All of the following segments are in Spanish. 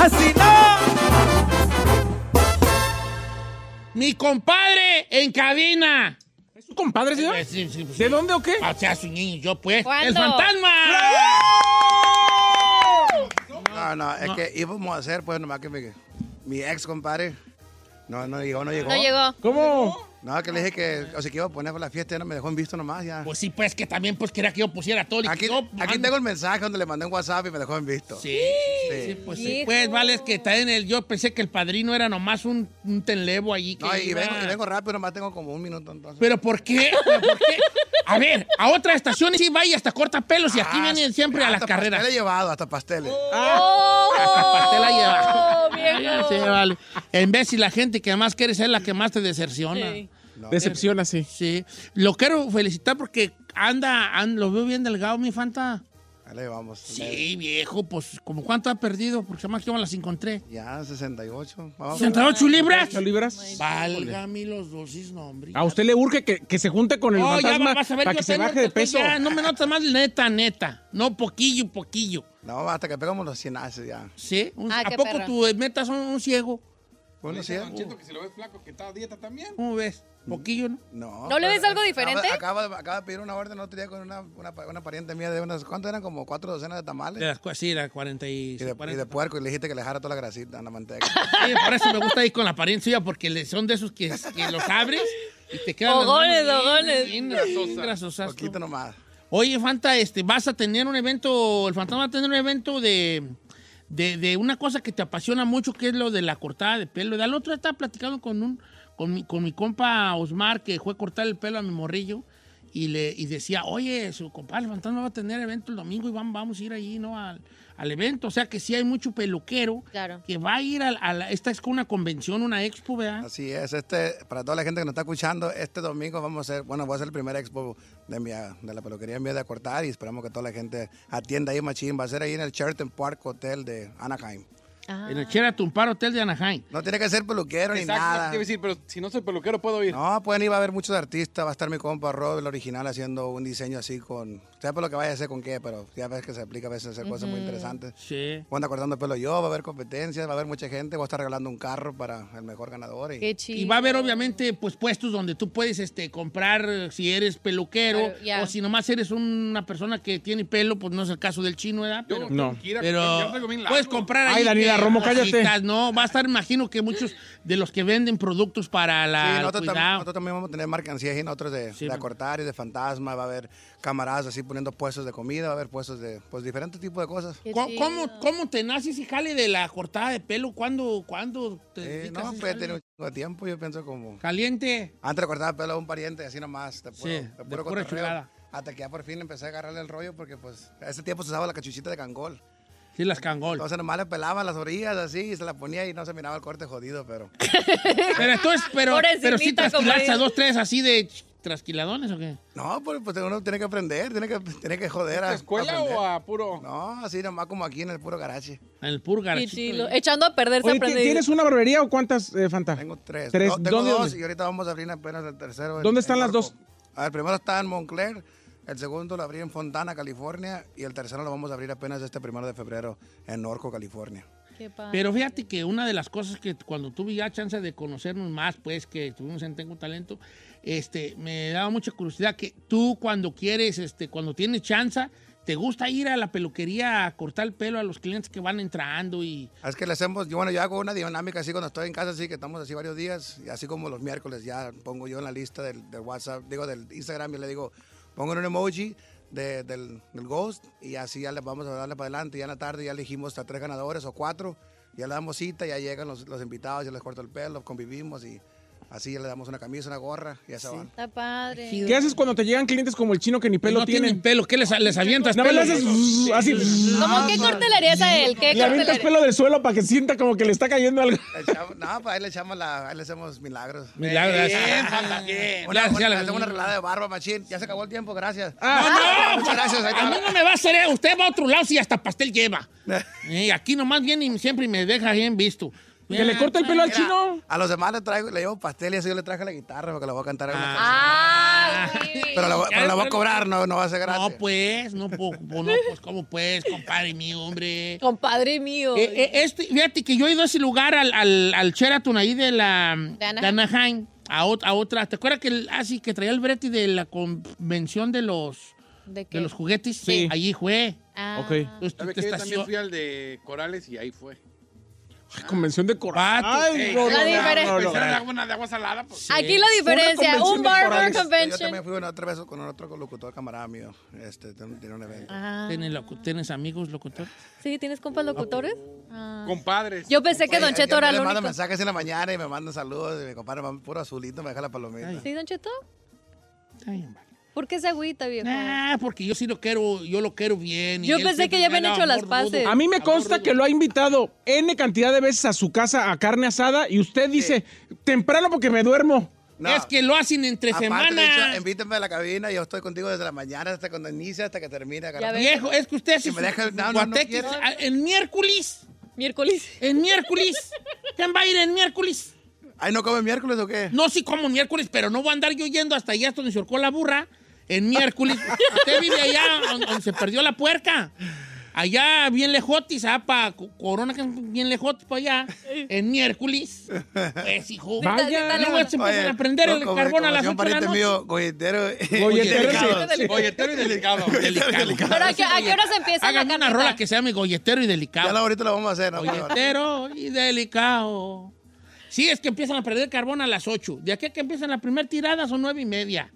¡Así no! Mi compadre en cabina. ¿Es su compadre, señor? Eh, sí, sí, sí. Ah, ¿De dónde o qué? O sea, su niño, yo pues. ¿Cuándo? ¡El fantasma! No, no, es que íbamos a hacer, pues nomás que mi, mi ex compadre. No, no llegó, no llegó. No llegó. ¿Cómo? No, que le dije que, o sea, que iba a poner para la fiesta, ya no me dejó en visto nomás, ya. Pues sí, pues que también pues quería que yo pusiera todo. y Aquí, yo, aquí tengo el mensaje donde le mandé un WhatsApp y me dejó en visto. Sí, sí, sí, pues sí. Hijo. Pues vale, es que está en el. Yo pensé que el padrino era nomás un, un tenlevo allí. Que No, y iba. vengo, y vengo rápido, nomás tengo como un minuto entonces. ¿Pero por qué? ¿Pero por qué? A ver, a otras estaciones sí va y hasta corta pelos y aquí Ah, vienen siempre a las hasta carreras. Pasteles llevado, hasta pasteles. Ah, ¡Oh! Te la lleva. viejo. Sí, vale. En vez si la gente que más quieres es la que más te deserciona. Sí. No. Decepción así. Sí. Lo quiero felicitar porque anda, an- lo veo bien delgado, mi Fanta. Ahí le vamos. Sí, viejo, pues, ¿como cuánto ha perdido? Porque más que yo me las encontré. Ya, 68. Vamos. ¿68 libras? ¿Ocho libras? Válgame los dosis, no, hombre. A usted le urge que, que se junte con el Oh, ya fantasma vas a ver, para yo que se tengo- baje de estoy peso. ya, no me notas más, neta, neta. No, poquillo, poquillo. No, hasta que pegamos los 100 haces ya. ¿Sí? Un- Ah, ¿A qué poco perra. tu meta son un ciego? Bueno, sí. eh. que si lo ves flaco, que está a dieta también. ¿Cómo ves? Poquillo, ¿no? No. ¿No le ves pero algo diferente? Acaba, acaba de- acaba de pedir una orden otro día con una, una, pa- una pariente mía de unas. ¿Cuánto eran? Como cuatro docenas de tamales. De las, cua- sí, la 40 y... Y de, y 40. de puerco, y le dijiste que le dejara toda la grasita en la manteca. Sí, por eso me gusta ir con la apariencia porque le- son de esos que, que los abres y te quedan. las Ogones, manos bien- ogones. bien grasosas. Bien grasosas. Poquito nomás. Oye, Fanta, este, vas a tener un evento, el fantasma va a tener un evento de, de, de una cosa que te apasiona mucho, que es lo de la cortada de pelo. Al otro día estaba platicando con un, con mi, con mi compa Osmar, que fue a cortar el pelo a mi morrillo, y le, y decía, oye, su compa, el fantasma va a tener evento el domingo y vam- vamos a ir allí, ¿no? Al, al evento. O sea que sí hay mucho peluquero Claro. que va a ir al- a, la- esta es como una convención, una expo, ¿verdad? Así es, este, para toda la gente que nos está escuchando, este domingo vamos a hacer, bueno, voy a hacer el primer expo de, mi, de la peluquería mía de cortar y esperamos que toda la gente atienda ahí machín. Va a ser ahí en el Sheraton Park Hotel de Anaheim. Ah. En el Sheraton Park Hotel de Anaheim. No tiene que ser peluquero ni Exacto, nada. te iba a decir, pero si no soy peluquero, puedo ir. No, pueden ir, va a haber muchos artistas, va a estar mi compa Rob, el original, haciendo un diseño así con, sepa lo que vaya a hacer con qué, pero ya ves que se aplica a veces a hacer cosas muy interesantes. Sí. Voy a andar cortando pelo yo, va a haber competencias, va a haber mucha gente, voy a estar regalando un carro para el mejor ganador. Y, Qué chido. Y va a haber obviamente pues puestos donde tú puedes este, comprar eh, si eres peluquero Claro, ya. o si nomás eres una persona que tiene pelo, pues no es el caso del chino, ¿verdad? Yo Pero, No. tengo que ir a- ya lo pero traigo bien largo. puedes comprar Ay, ahí eh, Daniela que- Romo, cállate. cositas, No, va a estar, imagino que muchos de los que venden productos para la Sí, el nosotros, también, cuidado. nosotros también vamos a tener mercancías y nosotros de, Sí, pues. de man. acortar y de fantasma, va a haber camaradas así poniendo puestos de comida, va a haber puestos de pues diferentes tipos de cosas. Qué ¿Cómo, chido. cómo, cómo te nace ese jale de la cortada de pelo? ¿Cuándo, cuándo te Eh, dedicas a no, ese puede jale? tener un chingo de tiempo, yo pienso como... Caliente. Antes le cortaba el pelo a un pariente, así nomás, de puro, Sí, de de puro pura cotorreo. chulada. Hasta que ya por fin empecé a agarrarle el rollo porque pues a ese tiempo se usaba la cachuchita de cangol. Sí, las cangol. Entonces nomás le pelaba las orillas así y se la ponía y no se miraba el corte jodido, pero... Pero entonces, pero, Pobrecita, pero sí como trasquilarse a es. dos, tres así de ch- trasquiladones o qué? No, pues, pues uno tiene que aprender, tiene que, tiene que joder a... ¿A escuela aprender. o a puro? No, así nomás como aquí en el puro garaje. En el purgar. Qué chilo. Echando a perder se Oye, aprende. ¿ti- ¿tienes una barbería o cuántas, eh, Fanta? Tengo tres. Tres. No, tengo ¿Dónde, dos dónde? y ahorita vamos a abrir apenas el tercero. en- ¿Dónde están en las Norco. dos? A ver, primero está en Montclair, el segundo lo abrí en Fontana, California, y el tercero lo vamos a abrir apenas este primero de febrero en Norco, California. Qué padre. Pero fíjate que una de las cosas que cuando tuve ya chance de conocernos más, pues que estuvimos en Tengo Talento, este, me daba mucha curiosidad que tú cuando quieres, este, cuando tienes chance, ¿Te gusta ir a la peluquería a cortar el pelo a los clientes que van entrando y Es que le hacemos, yo, bueno, yo hago una dinámica así cuando estoy en casa, así que estamos así varios días, y así como los miércoles ya pongo yo en la lista del, del WhatsApp, digo del Instagram, y le digo, pongo un emoji de- del, del Ghost, y así ya le vamos a darle para adelante, ya en la tarde ya elegimos hasta tres ganadores o cuatro, ya le damos cita, ya llegan los, los invitados, yo les corto el pelo, convivimos, y así ya le damos una camisa, una gorra, y ya se van. Está padre. ¿Qué haces cuando te llegan clientes como el chino que ni pelo Pues no tiene? tienen pelo? ¿Qué les, les avientas? Nada más pelo? le haces zzz, así. zzz, ¿Cómo qué corte le harías a él? Le ¿Qué corte le avientas harías? pelo del suelo para que sienta como que le está cayendo algo. Le echamos- no, pues ahí le echamos la, ahí le hacemos milagros. Eh, Milagros. Una, Gracias, una- la- hacemos una relada de barba, machín. Ya se acabó el tiempo, gracias. ¡Ah, no! Muchas gracias, ahí está. A mí no me va a hacer. eh, Usted va a otro lado si hasta pastel lleva. Eh, aquí nomás viene y siempre me deja bien visto. Que Ah, le corta el pelo al chino. A los demás le traigo, le llevo pastel y así yo le traje la guitarra porque la voy a cantar. alguna canción. Ah, güey. pero, la, voy- pero la voy a cobrar, no, no va a ser gratis. No, pues, no, po- po- no, pues, ¿cómo pues, compadre mío, hombre? Compadre mío. Eh, eh, este, fíjate que yo he ido a ese lugar al, al, al Sheraton ahí de la De Anaheim. de Anaheim, a, ot- a otra. ¿Te acuerdas que el, ah, sí, que traía el Breti de la convención de los ¿De de qué? los juguetes? Sí. Allí fue. Ah. Ok. Entonces, ¿Sabe te qué? Yo estacio- también fui al de Corales y ahí fue. Ay, convención de coral. Vato. Ay, no, no, La no, diferencia. no, Pues no. era la- una de agua salada, pues. Aquí la diferencia, convención un de barber corales. Yo también convention. fui una otra vez con otro locutor camarada mío. Este, ten- tiene un evento. Ah. ¿Tienes, locu- tienes amigos locutores? Sí, ¿tienes compas locutores? pues, Ah. Compadres. Yo pensé que Oye, Don Cheto yo- yo era le el mando único. mensajes en la mañana y me mandan saludos y mi compadre va puro azulito me deja la palomita. ¿Sí, Don Cheto? Ay, hombre. ¿Por qué se agüita, viejo? Ah, porque yo sí lo quiero, yo lo quiero bien. y Yo él pensé siempre que ya me ha habían dado hecho las amor rudo. paces. A mí me Amor consta rudo. que lo ha invitado N cantidad de veces a su casa a carne asada y usted dice, temprano porque me duermo. No, Es que lo hacen entre aparte, semanas. dicho, invítenme a la cabina, yo estoy contigo desde la mañana hasta cuando inicia, hasta que termina. Ya ves. Viejo, es que usted Que se me deja- no, no, no quiero. Ah, en miércoles. Miércoles. En miércoles. ¿Quién va a ir en miércoles? ¿Ay, no come miércoles o qué? No, sí como miércoles, pero no voy a andar yo yendo hasta allá hasta donde se horcó la burra. En miércoles. Usted vive allá donde, donde se perdió la puerca. Allá bien lejotis, ah, pa Co- Corona, que es bien lejotis para allá. En miércoles. Pues, hijo. Vaya. Sí, está- sí, está luego se empiezan Oye, a prender no, el como- carbón a como las decía 8 de la un pariente noche. mío, golletero y- Golletero, sí. delicado. sí. Golletero y delicado. Delicado. ¿Pero a qué, a qué hora se empieza la Háganme una rola carnita? que se llame golletero y Ya lo delicado. ahorita lo vamos a hacer, ¿no? Golletero y delicado. Sí, es que empiezan a perder carbón a las 8. De aquí a que empiezan la primera tirada son 9 y media.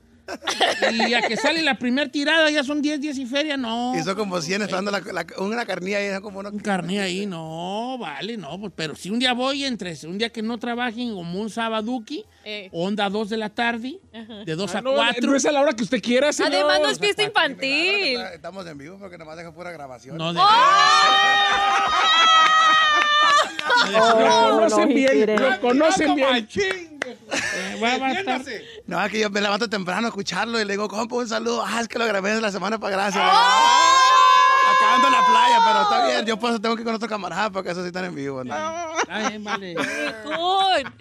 Y a que sale la primera tirada ya son 10, 10 y feria, no. Y son como 100, está dando la, la- una carnilla ahí, son como unos... Un carné ahí, no, vale, no. pues, pero si un día voy entre, un día que no trabajen, como un sabaduki, Eh. onda 2 de la tarde, de 2 Ah, a no, 4. no es a la hora que usted quiera, señor. Además, no Ah, es fiesta Ahora infantil. que está- Estamos en vivo porque nomás deja pura grabación. No, de- ¡Oh! Lo conocen bien, lo conocen bien. eh, va- va a estar- No, es que yo me levanto temprano a escucharlo y le digo, compa, un saludo. Ah, es que lo grabé la semana para gracias. Acabando en la playa, pero está bien. Yo por eso tengo que ir con otro camarada porque eso sí están en vivo. ¿no? Está bien, vale. Con-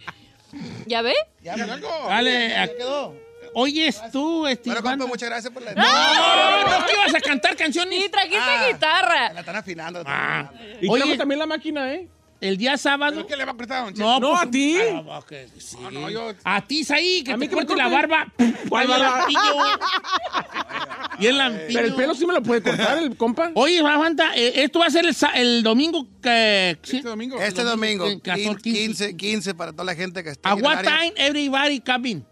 ¿Ya ve? Ya, pero algo. Vale, Ya a- quedó. oyes tú, este. Bueno, compa, Iván? muchas gracias por la... No, no, no, que ibas a cantar canciones. Sí, trajiste Ah. La guitarra. están afinando. la están Ah, afinando. Y Oye. trajo también la máquina, ¿eh? el día sábado. ¿Qué le va a costar a Don Cheto? No, No, pues, a un- ti. Ah, ok, sí. no, yo- A ti, ahí que A te mí que corte me la corte. barba. ¿Cuál Bien barba? lampiño. Bien lampiño. Pero el pelo sí me lo puede cortar el compa. Oye, Rafa, eh, esto va a ser el, sa- el domingo que... sí. Este domingo. Este domingo, Sí, 14, 15, 15 para toda la gente que está A aquí en el what área. time everybody come in?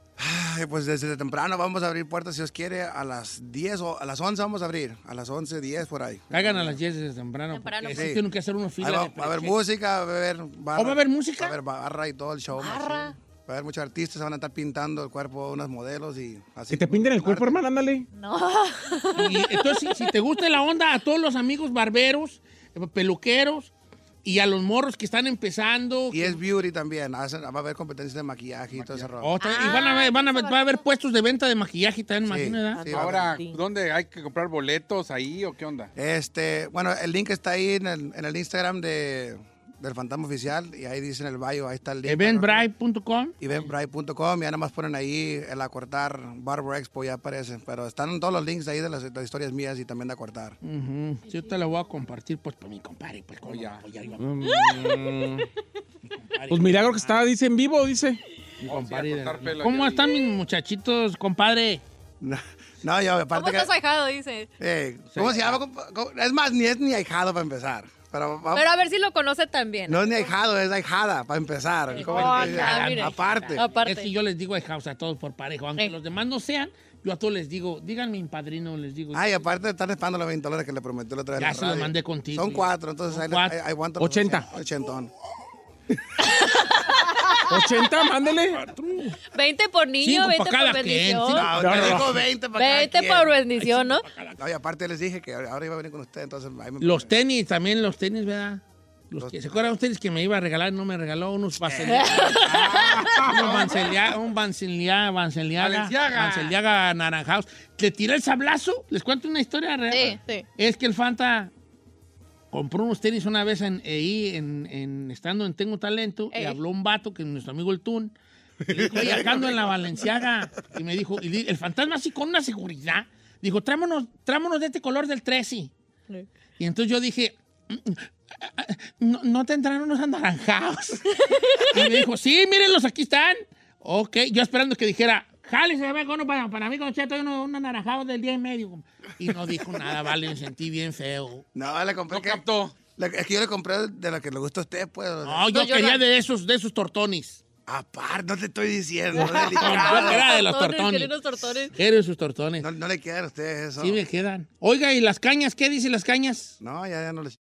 Ay, pues desde temprano vamos a abrir puertas, si os quiere, a las 10 o a las 11 vamos a abrir. A las 11, 10 por ahí. Caigan a las 10 de temprano. Temprano, porque pues. sí tienen que hacer una fila Ahí va, de va a haber preche- música, va a haber barra. ¿Oh, va a haber música? Va a haber barra y todo el show. machín. Barra. Va a haber muchos artistas, van a estar pintando el cuerpo unos modelos y así. Que te pinten el cuerpo, Arte. hermano, ándale. No. Y entonces, si, si te gusta la onda, a todos los amigos barberos, eh, peluqueros y a los morros que están empezando. Y es beauty también, hacen- va a haber competencias de maquillaje y todo ese rollo. Otra- Oh, y van a, ver- van a ver- Ah, va a haber puestos de venta de maquillaje también, Sí, Ah, imagínate. ¿verdad? sí, va a haber. Ahora, ¿dónde hay que comprar boletos ahí o qué onda? Este, bueno, el link está ahí en el, en el Instagram de, del Fantasma Oficial y ahí dice en el bio, ahí está el link. Eventbrite.com. eventbrite.com, ya nada más ponen ahí el acortar Barber Expo, ya aparece. Pero están todos los links ahí de las, de las historias mías y también de acortar. Ujú. Sí, Yo te la voy a compartir pues para mi compadre. Pues cómo ya. no, pues, ya iba. Pues milagro que está, dice en vivo, dice. Mi compadre a de- cortar pelo, ¿Cómo ya están mis muchachitos, compadre? No, No, yo, ¿Cómo aparte que. estás ahijado? Dice. Ey, ¿Cómo se llama? compa? ¿Cómo? Es más, ni es ni ahijado para empezar. Pero, va- Pero a ver si lo conoce también. Ah. no es ni ahijado, es ahijada para empezar. ¿Cómo Ah, empieza? ya, Ah, pues. mira. aparte. Aparte. Es que yo les digo house a todos por parejo. Aunque Eh. los demás no sean, yo a todos les digo, díganme mi padrino, les digo. Ay, aparte están espando los 20 dólares que le prometió la otra vez. Ya en la se lo radio. mandé contigo. Son cuatro, entonces Son ahí- cuatro. ahí aguanto. 80. 80. 80, mándele. 20 por niño, Cinco pa' 20 cada por quien, bendición. cinco. No, No, te no, Ah, dijo no. 20 para cada 20 quien. por bendición, ¿no? No, y aparte les dije que ahora iba a venir con usted, entonces ahí me- Los tenis, también los tenis, ¿verdad? Los que, ¿Se acuerdan los tenis que me iba a regalar? No me regaló unos vaselinados. unos vancelia- un vancelia- vanceliaga, Valenciaga. vanceliaga naranjados. Le tiré el sablazo. Les cuento una historia real. Sí, sí. Es que el Fanta compró unos tenis una vez en, eh, ahí, en, en- estando en Tengo Talento, y Ey. habló un vato, que es nuestro amigo el Tun, y le dijo, oye, acá ando en la Valenciaga. Y me dijo, y di- el fantasma así con una seguridad, dijo, trámonos, trámonos de este color del 13. Y entonces yo dije, "Mm, mm, ah, ah, no, no tendrán unos anaranjados. y me dijo, sí, mírenlos, aquí están. Ok, yo esperando que dijera, jálese, a ver, uno para, para mí, con cheto, hay uno, un anaranjado del 10 y medio. Y no dijo nada, vale, me sentí bien feo. No, le compré. No que- captó. le- es que yo le compré de lo que le gusta a usted, pues. No, yo yo quería no. de esos, de esos tortones. Aparte, no te estoy diciendo. Yo delicado. era de los Ah, Tortones, tortones. quería unos tortones. Eres sus tortones. no, no le quedan a ustedes eso. Sí me quedan. Oiga, ¿y las cañas? ¿Qué dicen las cañas? No, ya, ya no les.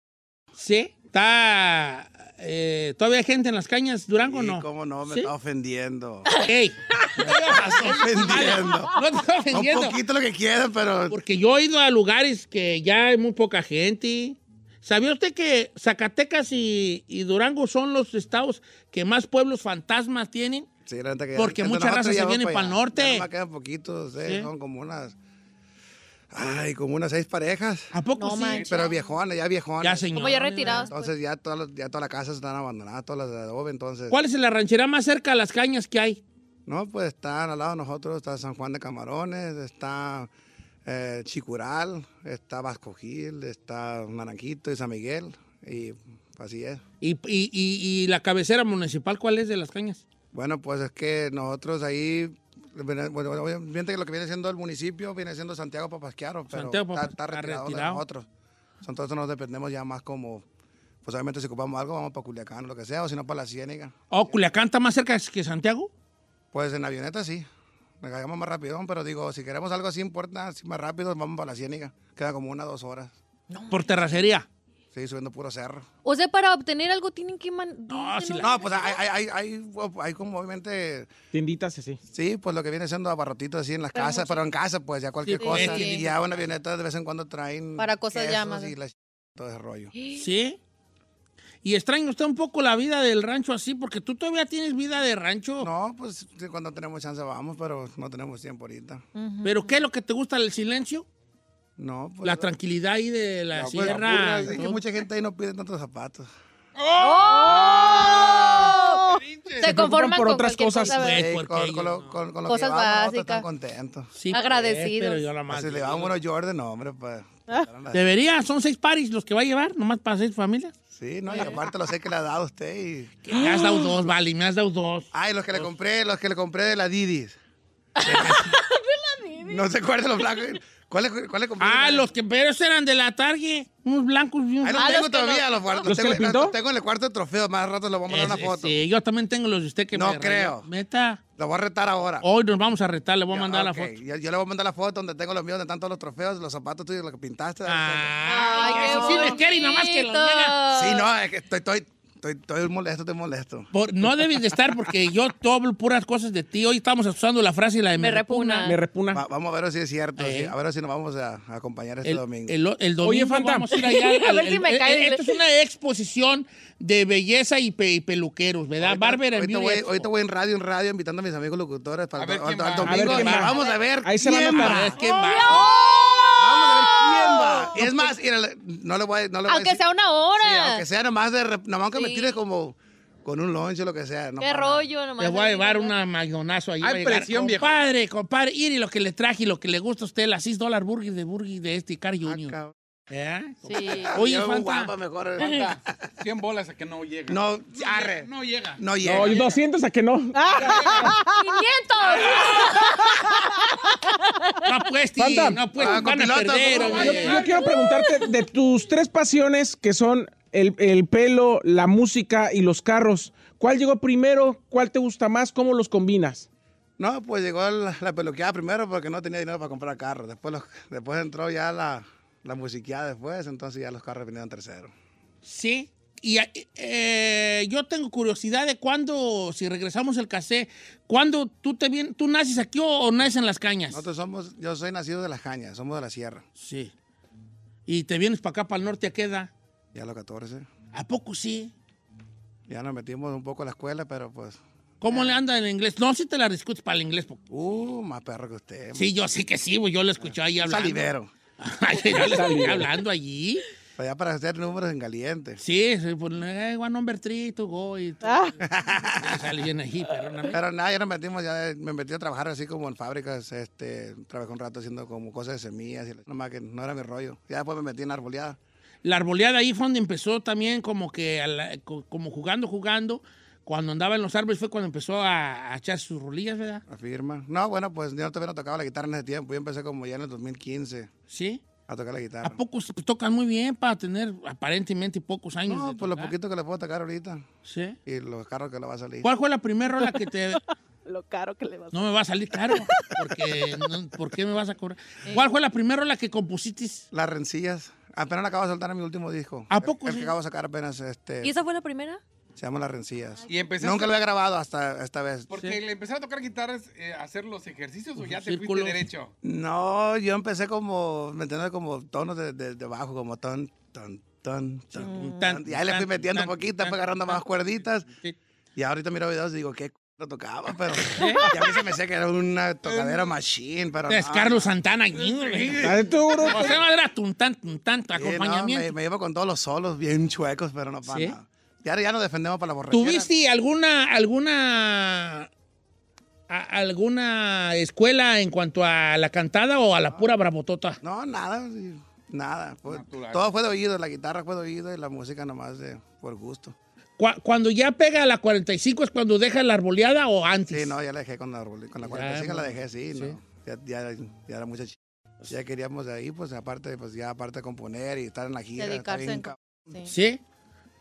Sí. Está... eh, ¿Todavía hay gente en las cañas, Durango o Sí, no? ¿Cómo no? Me ¿Sí? está ofendiendo. Ey. Me está ofendiendo. No te estoy ofendiendo. Un poquito lo que quieran, pero. Porque yo he ido a lugares que ya hay muy poca gente. ¿Sabía usted que Zacatecas y, y Durango son los estados que más pueblos fantasmas tienen? Sí, la neta que Porque entre mucha nosotros raza ya se vamos viene allá. pa'l norte. Ya nomás quedan poquitos, eh, Sí. son como unas. Ay, como unas seis parejas. ¿A poco sí? Pero viejones, ya viejones. Ya, señor. Como ya retirados. pues. Entonces ya todas las- ya todas las casas están abandonadas, todas las de adobe, entonces. ¿Cuál es la ranchera más cerca a las cañas que hay? No, pues están al lado de nosotros, está San Juan de Camarones, está eh, Chicural, está Vasco Gil, está Naranquito y San Miguel. Y así es. ¿Y, y- y- y la cabecera municipal cuál es de las cañas? Bueno, pues es que nosotros ahí, bueno, bueno, obviamente que lo que viene siendo el municipio viene siendo Santiago Papasquiaro, pero Santiago está, Papas- está está retirado, retirado. de nosotros. Entonces nos dependemos ya más como, pues obviamente si ocupamos algo vamos para Culiacán o lo que sea, o si no para la Ciénega. ¿O Culiacán está Oh, más cerca que Santiago? Pues en avioneta sí, nos caigamos más rápido, pero digo, si queremos algo así importa, así más rápido, vamos para la Ciénega. Queda como una dos horas, Por terracería. sí, subiendo puro cerro. O sea, para obtener algo tienen que man- No, si la- No, pues hay, hay, hay, hay, hay como obviamente, Tienditas así. sí, pues lo que viene siendo abarrotitos así en las casas, pero en casa pues ya cualquier Sí, cosa. sí. Y ya una avioneta de vez en cuando traen Para cosas ya quesos más- Y la ch- todo ese rollo. Sí. Y extraña usted un poco la vida del rancho así, porque tú todavía tienes vida de rancho. No, pues sí, cuando tenemos chance vamos, pero no tenemos tiempo ahorita. ¿Pero qué es lo que te gusta del silencio? No, pues... La tranquilidad ahí de la no, pues, sierra. es que ¿no? mucha gente ahí no pide tantos zapatos. ¡Oh! Se preocupan conforman por con otras cualquier cosas. cosa, ¿verdad? Eh, Ey, porque con, ellos con lo, no. con- con lo Cosas que llevamos, nosotros básicas. están contentos. Sí, pues, Agradecidos. pero yo la más- si le damos unos Jordan, no, hombre, pues... Debería, son seis paris los que va a llevar, nomás para seis familias. Sí, no, y aparte lo sé que le ha dado a usted y... Que Me has dado dos, vale, me has dado dos. Ay, los que le compré, los que le compré de la Didis. No se acuerdan los blancos. ¿Cuál le, cuál le compré? Ah, los que pero esos eran de la tarde, unos blancos y unos Ahí los blancos. tengo todavía, los, guardo. ¿Los que tengo, le pintó? los tengo en el cuarto de trofeo. Más rato les voy a mandar una Ese, foto. sí, este, yo también tengo los de usted que No me creo. rayó. Neta, Los voy a retar ahora. hoy nos vamos a retar, le Oh, voy a Ya, mandar ok. la foto. Yo, yo le voy a mandar la foto donde tengo los míos, donde están todos los trofeos, los zapatos tuyos, los que pintaste. Ah. Ay, Ay, eso qué sí me quiere y nomás que los bonito. niega. Sí, no, es que estoy, estoy, estoy, estoy molesto, estoy molesto. Por- no debes de estar porque yo todo hablo puras cosas de ti. Hoy estamos usando la frase y la de Me repugna. Me repuna. Va- vamos a ver si es cierto. Eh. sí, a ver si nos vamos a, a acompañar este El, domingo. el- el domingo Oye, Fanta. vamos a ir allá. A ver al- si el- me eh, cae eh, bien. Esto es una exposición de belleza y, pe- y peluqueros, ¿verdad? Ahorita- Barber and ahorita Beauty voy, Expo. ahorita voy en radio, en radio, invitando a mis amigos locutores para A ver el, do- quién al- al va. domingo. A ver quién va. Vamos a ver Ahí se van a quién parar. va. Es que va. ¡Oh! Vamos a ver quién va. Es más, mira, le- no le voy a no le voy a Aunque decir- sea una hora. Sí, aunque sea nomás de... rep- Nomás que me Sí. tires como con un lunch o lo que sea. no Qué pasa nada. rollo, nomás. Le voy a así, llevar ¿verdad? una mayonazo ahí. Hay va a llegar, presión, viejo. Compadre, compadre, ir y lo que le traje y lo que le gusta a usted, la 6 dólar burger de burger de este Car Junior. Ah, cabrón. ¿Eh? Sí. ¡Ah, Oye, Yo, Fanta. guapa, mejor. 100 bolas a que no llega. No, llega, arre. No llega. No llega. No, 200 a que no. 500. No apuestes, Fanta. no apuestes. Ah, van a copiloto, perder, no, Yo, hombre. yo quiero preguntarte de tus tres pasiones que son el, el pelo, la música y los carros. ¿Cuál llegó primero? ¿Cuál te gusta más? ¿Cómo los combinas? No, pues llegó la, la peluqueada primero porque no tenía dinero para comprar carro. Después, los- después entró ya la, la musiqueada después, entonces ya los carros vinieron tercero. Sí. Y eh, yo tengo curiosidad de cuándo, si regresamos al casé, ¿cuándo tú te vien- tú naces aquí o, o naces en las cañas? Nosotros somos, yo soy nacido de las cañas, somos de la sierra. Sí. ¿Y te vienes para acá, para el norte, a qué edad? Ya a los 14. ¿A poco sí? Ya nos metimos un poco a la escuela, pero pues, ¿Cómo le anda el inglés? No, si te la discutes para el inglés. po- uh, más perro que usted. Sí, yo sí que sí, pues, yo lo escuché ahí hablando. Salivero. Ay, yo lo escuché hablando allí. Para allá para hacer números en caliente. Sí, sí, por eh, one number three, to go. Y todo. Ah. Sale bien allí, perdóname. Pero nada, ya nos metimos, ya me metí a trabajar así como en fábricas, este, trabajé un rato haciendo como cosas de semillas, y la- nomás que no era mi rollo. Ya después me metí en arboleada. La arboleada ahí fue donde empezó también como que a la- co- como jugando, jugando. Cuando andaba en los árboles fue cuando empezó a, a echar sus rolillas, ¿verdad? Afirma. No, bueno, pues yo todavía no tocaba la guitarra en ese tiempo. Yo empecé como ya en el 2015 Sí. a tocar la ¿A guitarra. poco se- tocan muy bien para tener aparentemente pocos años? No, de por lo tocar? poquito que le puedo tocar ahorita Sí. y los carros que le va a salir. ¿Cuál fue la primera rola que te... Lo caro que le vas a No me va a salir claro, porque no- ¿por qué me vas a cobrar? ¿Cuál fue la primera rola que compusiste? Las rencillas. Apenas la acabo de soltar en mi último disco. ¿A poco El, el sí? que acabo de sacar apenas, este, ¿Y esa fue la primera? se llama Las rencillas. Y empezaste. Nunca lo había grabado hasta esta vez. Porque le empezaste a tocar guitarras, eh, a hacer los ejercicios o ya te círculos. fuiste derecho. No, yo empecé como, ¿me entiendes? Como tonos de, de- de bajo, como ton, ton, ton, ton, Tan, ton. Y ahí le fui tan, metiendo tan, poquito, fue tan, agarrando más tan. cuerditas. Sí. Y ahorita miro videos y digo, ¿qué c*** tocaba? Pero y a mí se me decía que era una tocadera machine, pero Eh, Es no. Carlos Santana. José ¿Estás duro? Madera, tuntan, tuntan, Sí, no, me, acompañamiento. me llevo con todos los solos bien chuecos, pero no para ¿Sí? nada. Y ahora ya nos defendemos para la borrachera. ¿Tuviste alguna, alguna, a- alguna escuela en cuanto a la cantada o a la pura bravotota? No, nada, sí, nada. Fue- Natural. todo fue de oído, la guitarra fue de oído y la música nomás de, por gusto. Cu- Cuando ya pega a la 45 es cuando deja la arboleada o antes. Sí, no, ya la dejé con la, arbol- con la Ya, 45, la no. dejé, sí, Sí. no. Ya, ya, ya era mucha ch... Ya queríamos de ahí, pues aparte, pues ya aparte de componer y estar en la gira. está Dedicarse bien en- ca- Sí. Sí,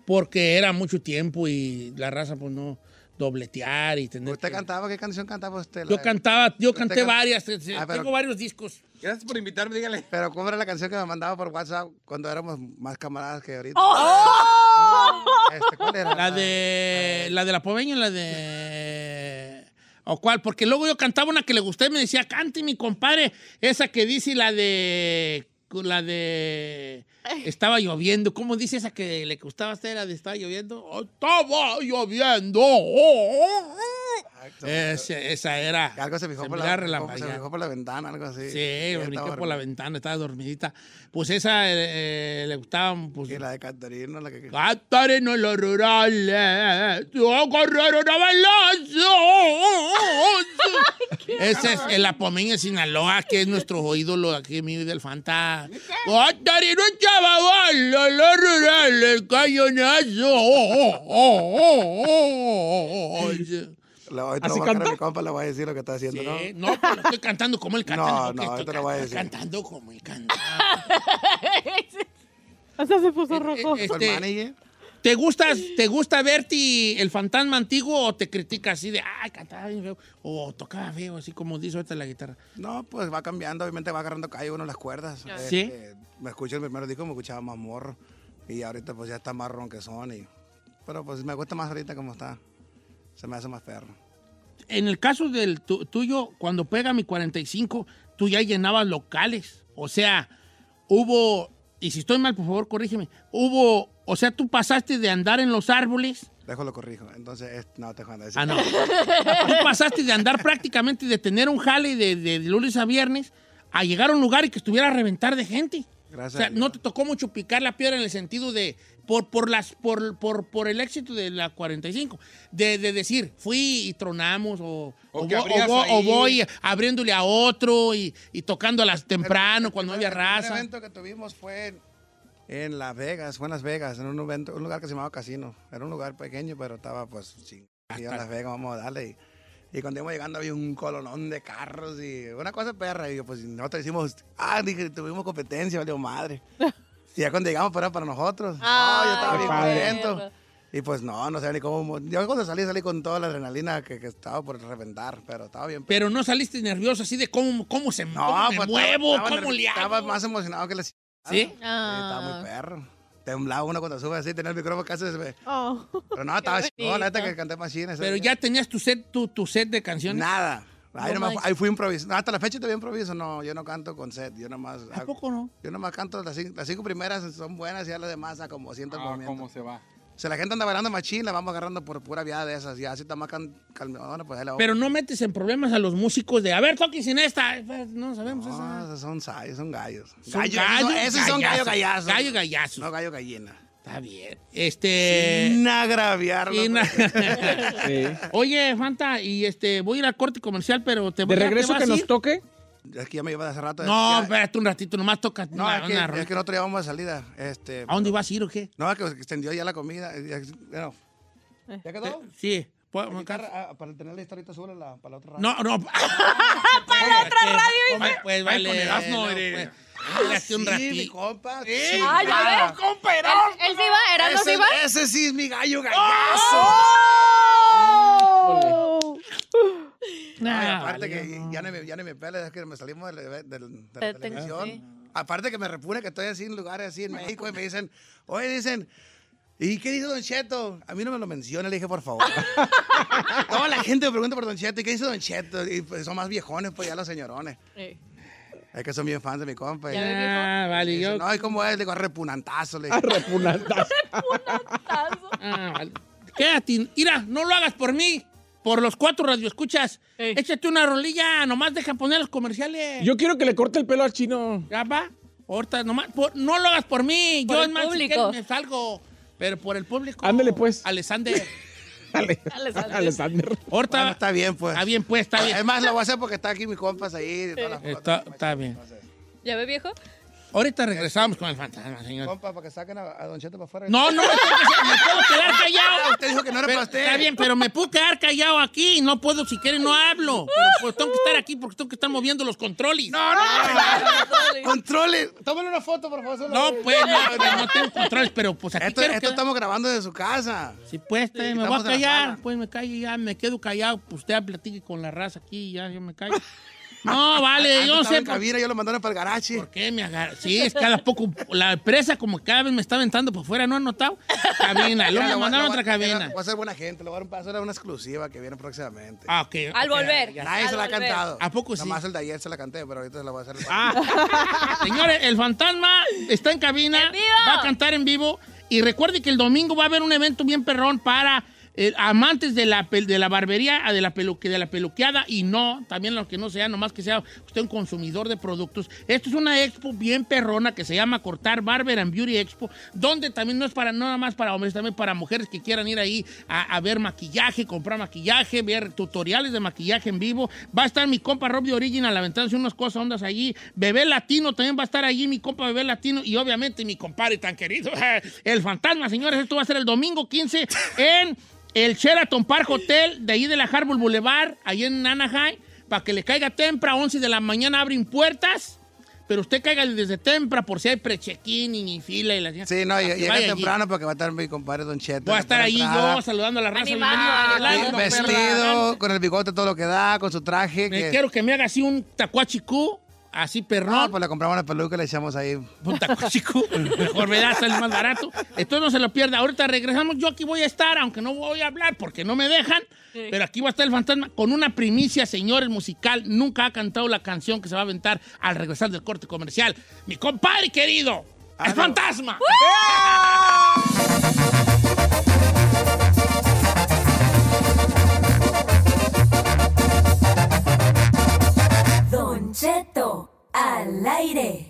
porque era mucho tiempo y la raza pues no dobletear y tener. ¿Usted que- cantaba? ¿Qué canción cantaba usted? Yo La- cantaba, yo ¿Usted canté can- varias, eh, Ah, pero- tengo varios discos. Gracias por invitarme, dígale. Pero ¿cómo era la canción que me mandaba por WhatsApp cuando éramos más camaradas que ahorita? Este, ¿Cuál era? La ah. de la de la pobeña, la de o cuál, porque luego yo cantaba una que le gusté y me decía, "Cante mi compadre", esa que dice la de la de estaba lloviendo, ¿cómo dice esa que le gustaba a usted la de estaba lloviendo? "Oh, estaba lloviendo. oh, oh, oh". Ese- esa era. Algo se fijó, me por da la, relampaguear. se fijó por la ventana, algo así. Sí, Ella brinqué estaba por la dormida. ventana, estaba dormidita. Pues esa eh, eh, le gustaba, pues. Y la de Catarina, la Ah, que... Catarino en los rurales, yo corrieron a bailar. Ese es el Apomeño de Sinaloa, que es nuestro ídolo aquí, mi del Fanta. Catarino en Chababal, en los rurales, cañonazo. La, ahorita ¿Así voy a sacar a canta? mi compa, le voy a decir lo que está haciendo, ¿no? Sí, no, pero estoy cantando como el cantante. No, porque no, estoy ahorita lo voy a can- decir. Cantando como el cantante. Hasta se puso rojo. Fue Este, el manager. ¿Te gusta, ¿Te gusta verte el fantasma antiguo o te critica así de, ay, cantaba bien feo? O tocaba feo, así como dice ahorita la guitarra. No, pues va cambiando, obviamente va agarrando calle uno las cuerdas. ¿Sí? Este, me escucho el primer disco, me escuchaba más morro. Y ahorita pues ya está más que son. Y, pero pues me gusta más ahorita como está. Se me hace más perro. En el caso del tu- tuyo, cuando pega mi 45, tú ya llenabas locales. O sea, hubo, y si estoy mal, por favor, corrígeme. Hubo, o sea, tú pasaste de andar en los árboles. Déjalo corrijo. Entonces, es- no, te jugando. Ah, no. tú pasaste de andar prácticamente, de tener un jale de, de lunes a viernes, a llegar a un lugar y que estuviera a reventar de gente. Gracias O sea, a Dios. no te tocó mucho picar la piedra en el sentido de, por, por, las, por, por, por el éxito de la 45, de, de decir, fui y tronamos, o, O o que vo- abrías vo- o ahí. voy abriéndole a otro y, y tocando a las temprano, cuando había El primer raza. evento que tuvimos fue en Las Vegas, fue en Las Vegas, en un, evento- un lugar que se llamaba Casino. Era un lugar pequeño, pero estaba pues chingón. Ah, Y en Las Vegas vamos a darle. Y, y cuando íbamos llegando había un colonón de carros y una cosa perra. Y yo, pues nosotros hicimos, ah, dije, tuvimos competencia, valió madre. Y ya cuando llegamos, fuera para nosotros. Ah, yo estaba Ay, bien perro. contento. Y pues no, no sé ni cómo. Yo cuando salí, salí con toda la adrenalina que, que estaba por reventar, pero estaba bien. Pero no saliste nervioso así de cómo, cómo se No, cómo me pues, muevo, estaba- cómo estaba- le hago. Estaba más emocionado que la chingada. ¿Sí? Sí, Estaba Ah. muy perro. Temblaba uno cuando sube así, tenía el micrófono casi. Se ve. Oh. Pero no, estaba Qué chingón, la neta bonito. que canté más Pero ya tenías tu set, tu, tu set de canciones. Nada. Ahí, No nomás- manches. ahí fui improviso. No, Hasta la fecha todavía improviso. No, yo no canto con set. Yo nomás. ¿A hago- poco no? Yo nomás canto las cinco, las cinco primeras son buenas y ya las demás a como siento el Ah, movimiento. cómo se va. Si la gente anda bailando machín, la vamos agarrando por pura viada de esas. Ya así está más can- calmadona, pues ahí la Pero no metes en problemas a los músicos de, a ver, toquen sin esta. Eh, pues, No sabemos No, esa. esos son sayos, son gallos. Son Gallos, gallos, esos, esos son gallo gallazos. gallazos. Gallo gallazos. No gallo gallina. Está bien. Este... Sin agraviarlo. y na- pues. Sí. Oye, Fanta, y este, voy a ir al corte comercial, pero te De voy regreso que nos toca. toque. Es que ya me lleva de hace rato. No, ya- espérate un ratito, nomás toca. no, una- Ah, es, que, una es rolita. que nosotros ya vamos de salida. Este, ¿A dónde ibas a ir o qué? No, es que extendió ya la comida. eh, Ya, bueno, Eh. ¿Ya quedó? Sí. ¿puedo- Aquí, ah, para tener la historia ahorita, súbela la- para la otra No, no. Para la otra radio. Pues, pues Ay, vale. con Erasmo, no, eres. pues. Ah, Hace un sí, mi ratito. compa. Ah, ya chingada. ves, Él, él sí iba, era no sí Ese, iba. ese sí es mi ¡Oh! gallo gallazo. Nah, Ay, aparte Ah, vale, que no. ya no me, ya ni me pela, es que me salimos del- del- de, Te- la te- televisión. sí. Aparte que me repune que estoy así en lugares así en México y me dicen, oye, dicen, ¿y qué dice Don Cheto? A mí no me lo menciona, le dije, por favor. Toda la gente me pregunta por Don Cheto, ¿y qué dice Don Cheto? Y pues, son más viejones, pues ya los señorones. Eh, Es que son bien fans de mi compa. Y Ya ves. Ah, vale, dicen, yo. no, ¿y cómo es? Le digo, repunantazo. Le dije. Repunantas. tazo. Ah, vale. Quédate. Mira, no lo hagas por mí. Por los cuatro radioescuchas. Ey. Échate una rolilla. Nomás deja poner los comerciales. Yo quiero que le corte el pelo al chino. Ya va. Ahorita, nomás. por- no lo hagas por mí. Por yo el es más, si público. quieres, me salgo. Pero por el público. Ándele, pues. Alexander. Dale. Alexander. Alexander. Ahorita. Bueno, está bien, pues. Está bien, pues, está bien. Es más, lo voy a hacer porque está aquí mis compas ahí. todas las Está, fotos. está bien. ¿Ya ve, viejo? Ahorita regresamos con el fantasma, señor. Compa, para que saquen a, a Don Cheto para afuera. No, no, me, tengo que ser- me puedo quedar callado. Ah, Usted dijo que no era Pero- para usted. Está bien, pero me puedo quedar callado aquí. No puedo, si quieren, no hablo. Pero pues tengo que estar aquí porque tengo que estar moviendo los controles. No, Controle. Tómale una foto, por favor. pues, no, no, no tengo controles, pero pues aquí Esto, quiero esto quedar. estamos grabando desde su casa. Si pues, está bien, me voy a estamos en la callar. sala. Pues me callo y ya, me quedo callado. Pues usted platique con la raza aquí y ya, yo me callo. No, vale, Antes yo no estaba sé en por, cabina, yo lo mandaron para el garaje. por qué me agarra. Sí, es cada poco, la empresa como cada vez me está aventando por fuera, ¿no han notado? Cabina, luego me Mira, lo voy- mandaron lo voy- otra cabina. Voy a ser buena gente, le voy a dar un paso. Era una exclusiva que viene próximamente. Ah, ok. Al ok, volver. ya. Nadie al se la ha volver. cantado. ¿A poco sí? Ah, Nomás el de ayer se la canté, pero ahorita se la voy a hacer. Señores, el fantasma está en cabina. ¡En vivo! Va a cantar en vivo. Y recuerde que el domingo va a haber un evento bien perrón para eh, amantes de la, pel- de la barbería, ah, de la, peluque, de la peluqueada y no, también los que no sean, nomás que sea usted un consumidor de productos. Esto es una expo bien perrona que se llama Cortar Barber and Beauty Expo, donde también no es para nada más para hombres, también para mujeres que quieran ir ahí a, a ver maquillaje, comprar maquillaje, ver tutoriales de maquillaje en vivo. Va a estar mi compa Rob de Original aventándose unas cosas ondas allí. Bebé Latino también va a estar allí, mi compa Bebé Latino. Y obviamente mi compadre tan querido, el fantasma, señores. Esto va a ser el domingo 15 en el Sheraton Park Hotel de ahí de la Harbour Boulevard, ahí en Anaheim. Para que le caiga tempra, 11 de la mañana abren puertas. Pero usted caiga desde tempra por si hay pre-check-in y ni fila y la Sí, no, para que llega vaya allí. temprano porque va a estar mi compadre Don Cheto. Voy a estar ahí ahí yo saludando a la raza. Animado, bienvenido, animado. adelante, perra, Vestido, adelante. con el bigote todo lo que da, con su traje. Me que- Eh, quiero que me haga así un tacuachicú, así No, Ah, perrón. pues le compramos una peluca y le echamos ahí. Un tacuachicú. Mejor me da, sale más barato. Entonces no se lo pierda. Ahorita regresamos. Yo aquí voy a estar, aunque no voy a hablar porque no me dejan. Sí. Pero aquí va a estar el fantasma con una primicia, señores, musical. Nunca ha cantado la canción que se va a aventar al regresar del corte comercial. Mi compadre querido, Ah, el fantasma. Don Cheto, al aire.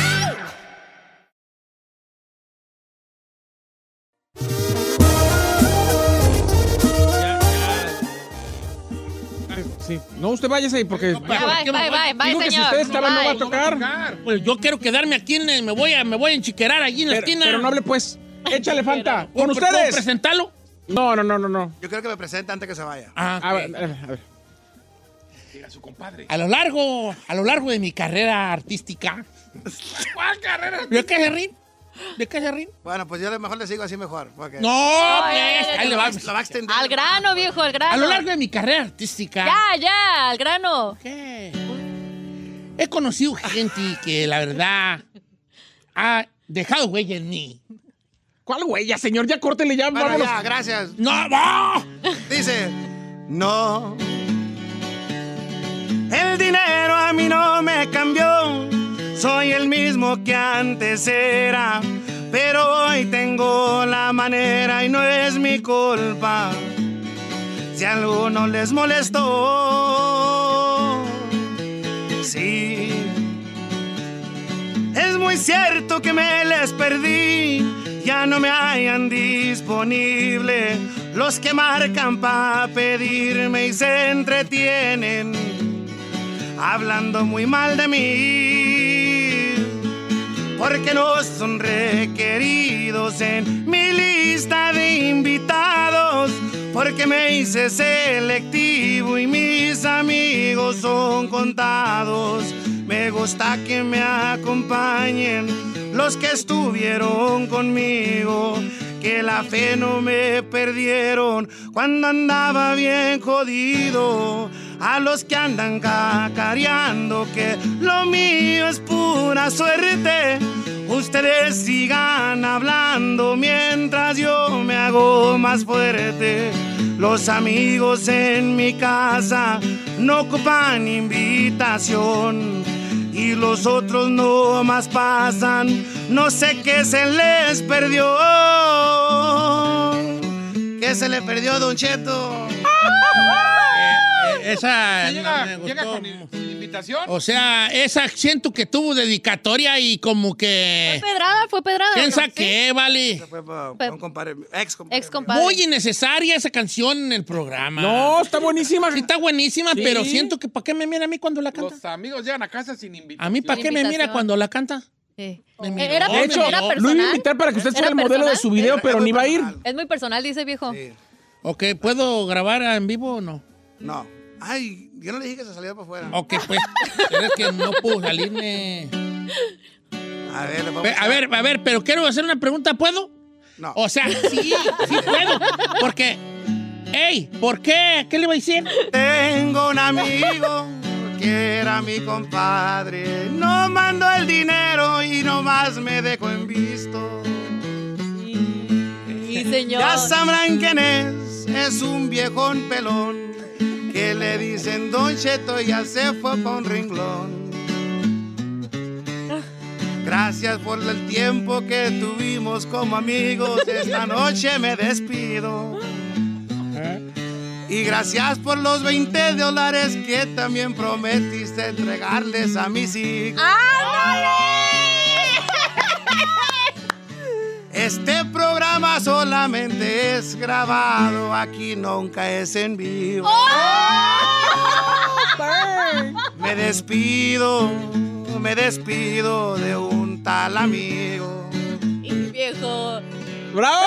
Sí. No, usted váyase ahí porque. bye, porque- bye, bye, bye, Digo que si señor. usted está hablando, va a Bye. tocar. Pues yo quiero quedarme aquí, en, el- me, voy a, me voy a enchiquerar allí en la Pero, esquina. pero no hable, pues. Échale, Fanta. ¿Puedo- Con puedo ustedes. presentarlo? No, no, no, no, no. Yo creo que me presente antes que se vaya. Ah, A ver, ok. a ver, a ver. Diga su compadre. A lo largo, a lo largo de mi carrera artística. ¿Cuál carrera? ¿De qué se ríen? ¿De qué se ríen? Bueno, pues yo le- mejor le sigo así mejor. porque- No, Eh. ya, pues, ya, ya, ahí le Lo va, vamos. lo va a extender. Al grano, viejo, al grano. A lo largo de mi carrera artística. Ya, ya, al grano. ¿Qué? He conocido gente que la verdad ha dejado huella en mí. ¿Cuál güey? Ya, señor, ya córtele, ya, Bueno, Ah, vámonos. ya, gracias. ¡No! ¡No! Dice, no. El dinero a mí no me cambió. Soy el mismo que antes era. Pero hoy tengo la manera y no es mi culpa. Si algo no les molestó. Sí. Es muy cierto que me les perdí, ya no me hayan disponible los que marcan para pedirme y se entretienen hablando muy mal de mí, porque no son requeridos en mi lista de invitados, porque me hice selectivo y mis amigos son contados. Me gusta que me acompañen los que estuvieron conmigo. Que la fe no me perdieron cuando andaba bien jodido. A los que andan cacareando que lo mío es pura suerte. Ustedes sigan hablando mientras yo me hago más fuerte. Los amigos en mi casa no ocupan invitación. Y los otros no más pasan, no sé qué se les perdió. ¿Qué se le perdió, Don Cheto? Eh, eh, esa Sí, llega, no me llega gustó. Oh, con in- sin invitación. O sea, ese acento que tuvo dedicatoria y como que... Fue pedrada, fue pedraada. Eh. Piensa ¿no? Pues, Sí. que, vale. Pero- Un compadre, ex compadre. Ex compadre. Muy innecesaria esa canción en el programa. No, está buenísima. Sí está buenísima, Sí. pero siento que ¿para qué me mira a mí cuando la canta? Los amigos llegan a casa sin invitación. ¿A mí para Sin qué me invitación. mira cuando la canta? Sí. Me Eh, miró, Era, me De hecho, era lo miró. iba a personal. invitar para que usted ¿Era sea el modelo de personal? su video, pero ni va a ir. Es muy personal, dice viejo. Sí. Ok, ¿puedo grabar en vivo o no? No. Ay, yo no le dije que se saliera para afuera. Ok, pues. pero es que no puedo salirme. A ver, le vamos Pe- A ver, a ver, pero quiero hacer una pregunta, ¿puedo? No. O sea, sí, sí puedo. Porque, hey, ¿por qué? ¿Qué le iba a decir? Tengo un amigo que era mi compadre. No mandó el dinero y nomás me dejó en visto. Sí, señor. Ya sabrán quién es, es un viejón pelón. Que le dicen Don Cheto ya se fue pa' un renglón. Gracias por el tiempo que tuvimos como amigos. Esta noche me despido. Y gracias por los 20 dólares que también prometiste entregarles a mis hijos. Este programa solamente es grabado, aquí nunca es en vivo. ¡Oh! Me despido, me despido de un tal amigo. Y viejo. ¡Bravo!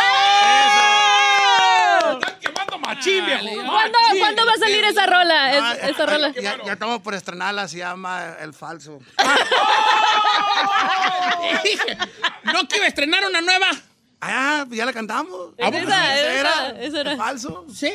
machín, viejo. Ah, ¿Cuándo, Machín. ¿Cuándo va a salir esa rola? Es- Ah, esa rola. Ya, ya estamos por estrenarla, se llama El Falso. Ah, ¿No que iba a estrenar una nueva? Ah, ya la cantamos. ¿A poco Esa, sí? esa, esa era. ¿Falso? ¿Sí?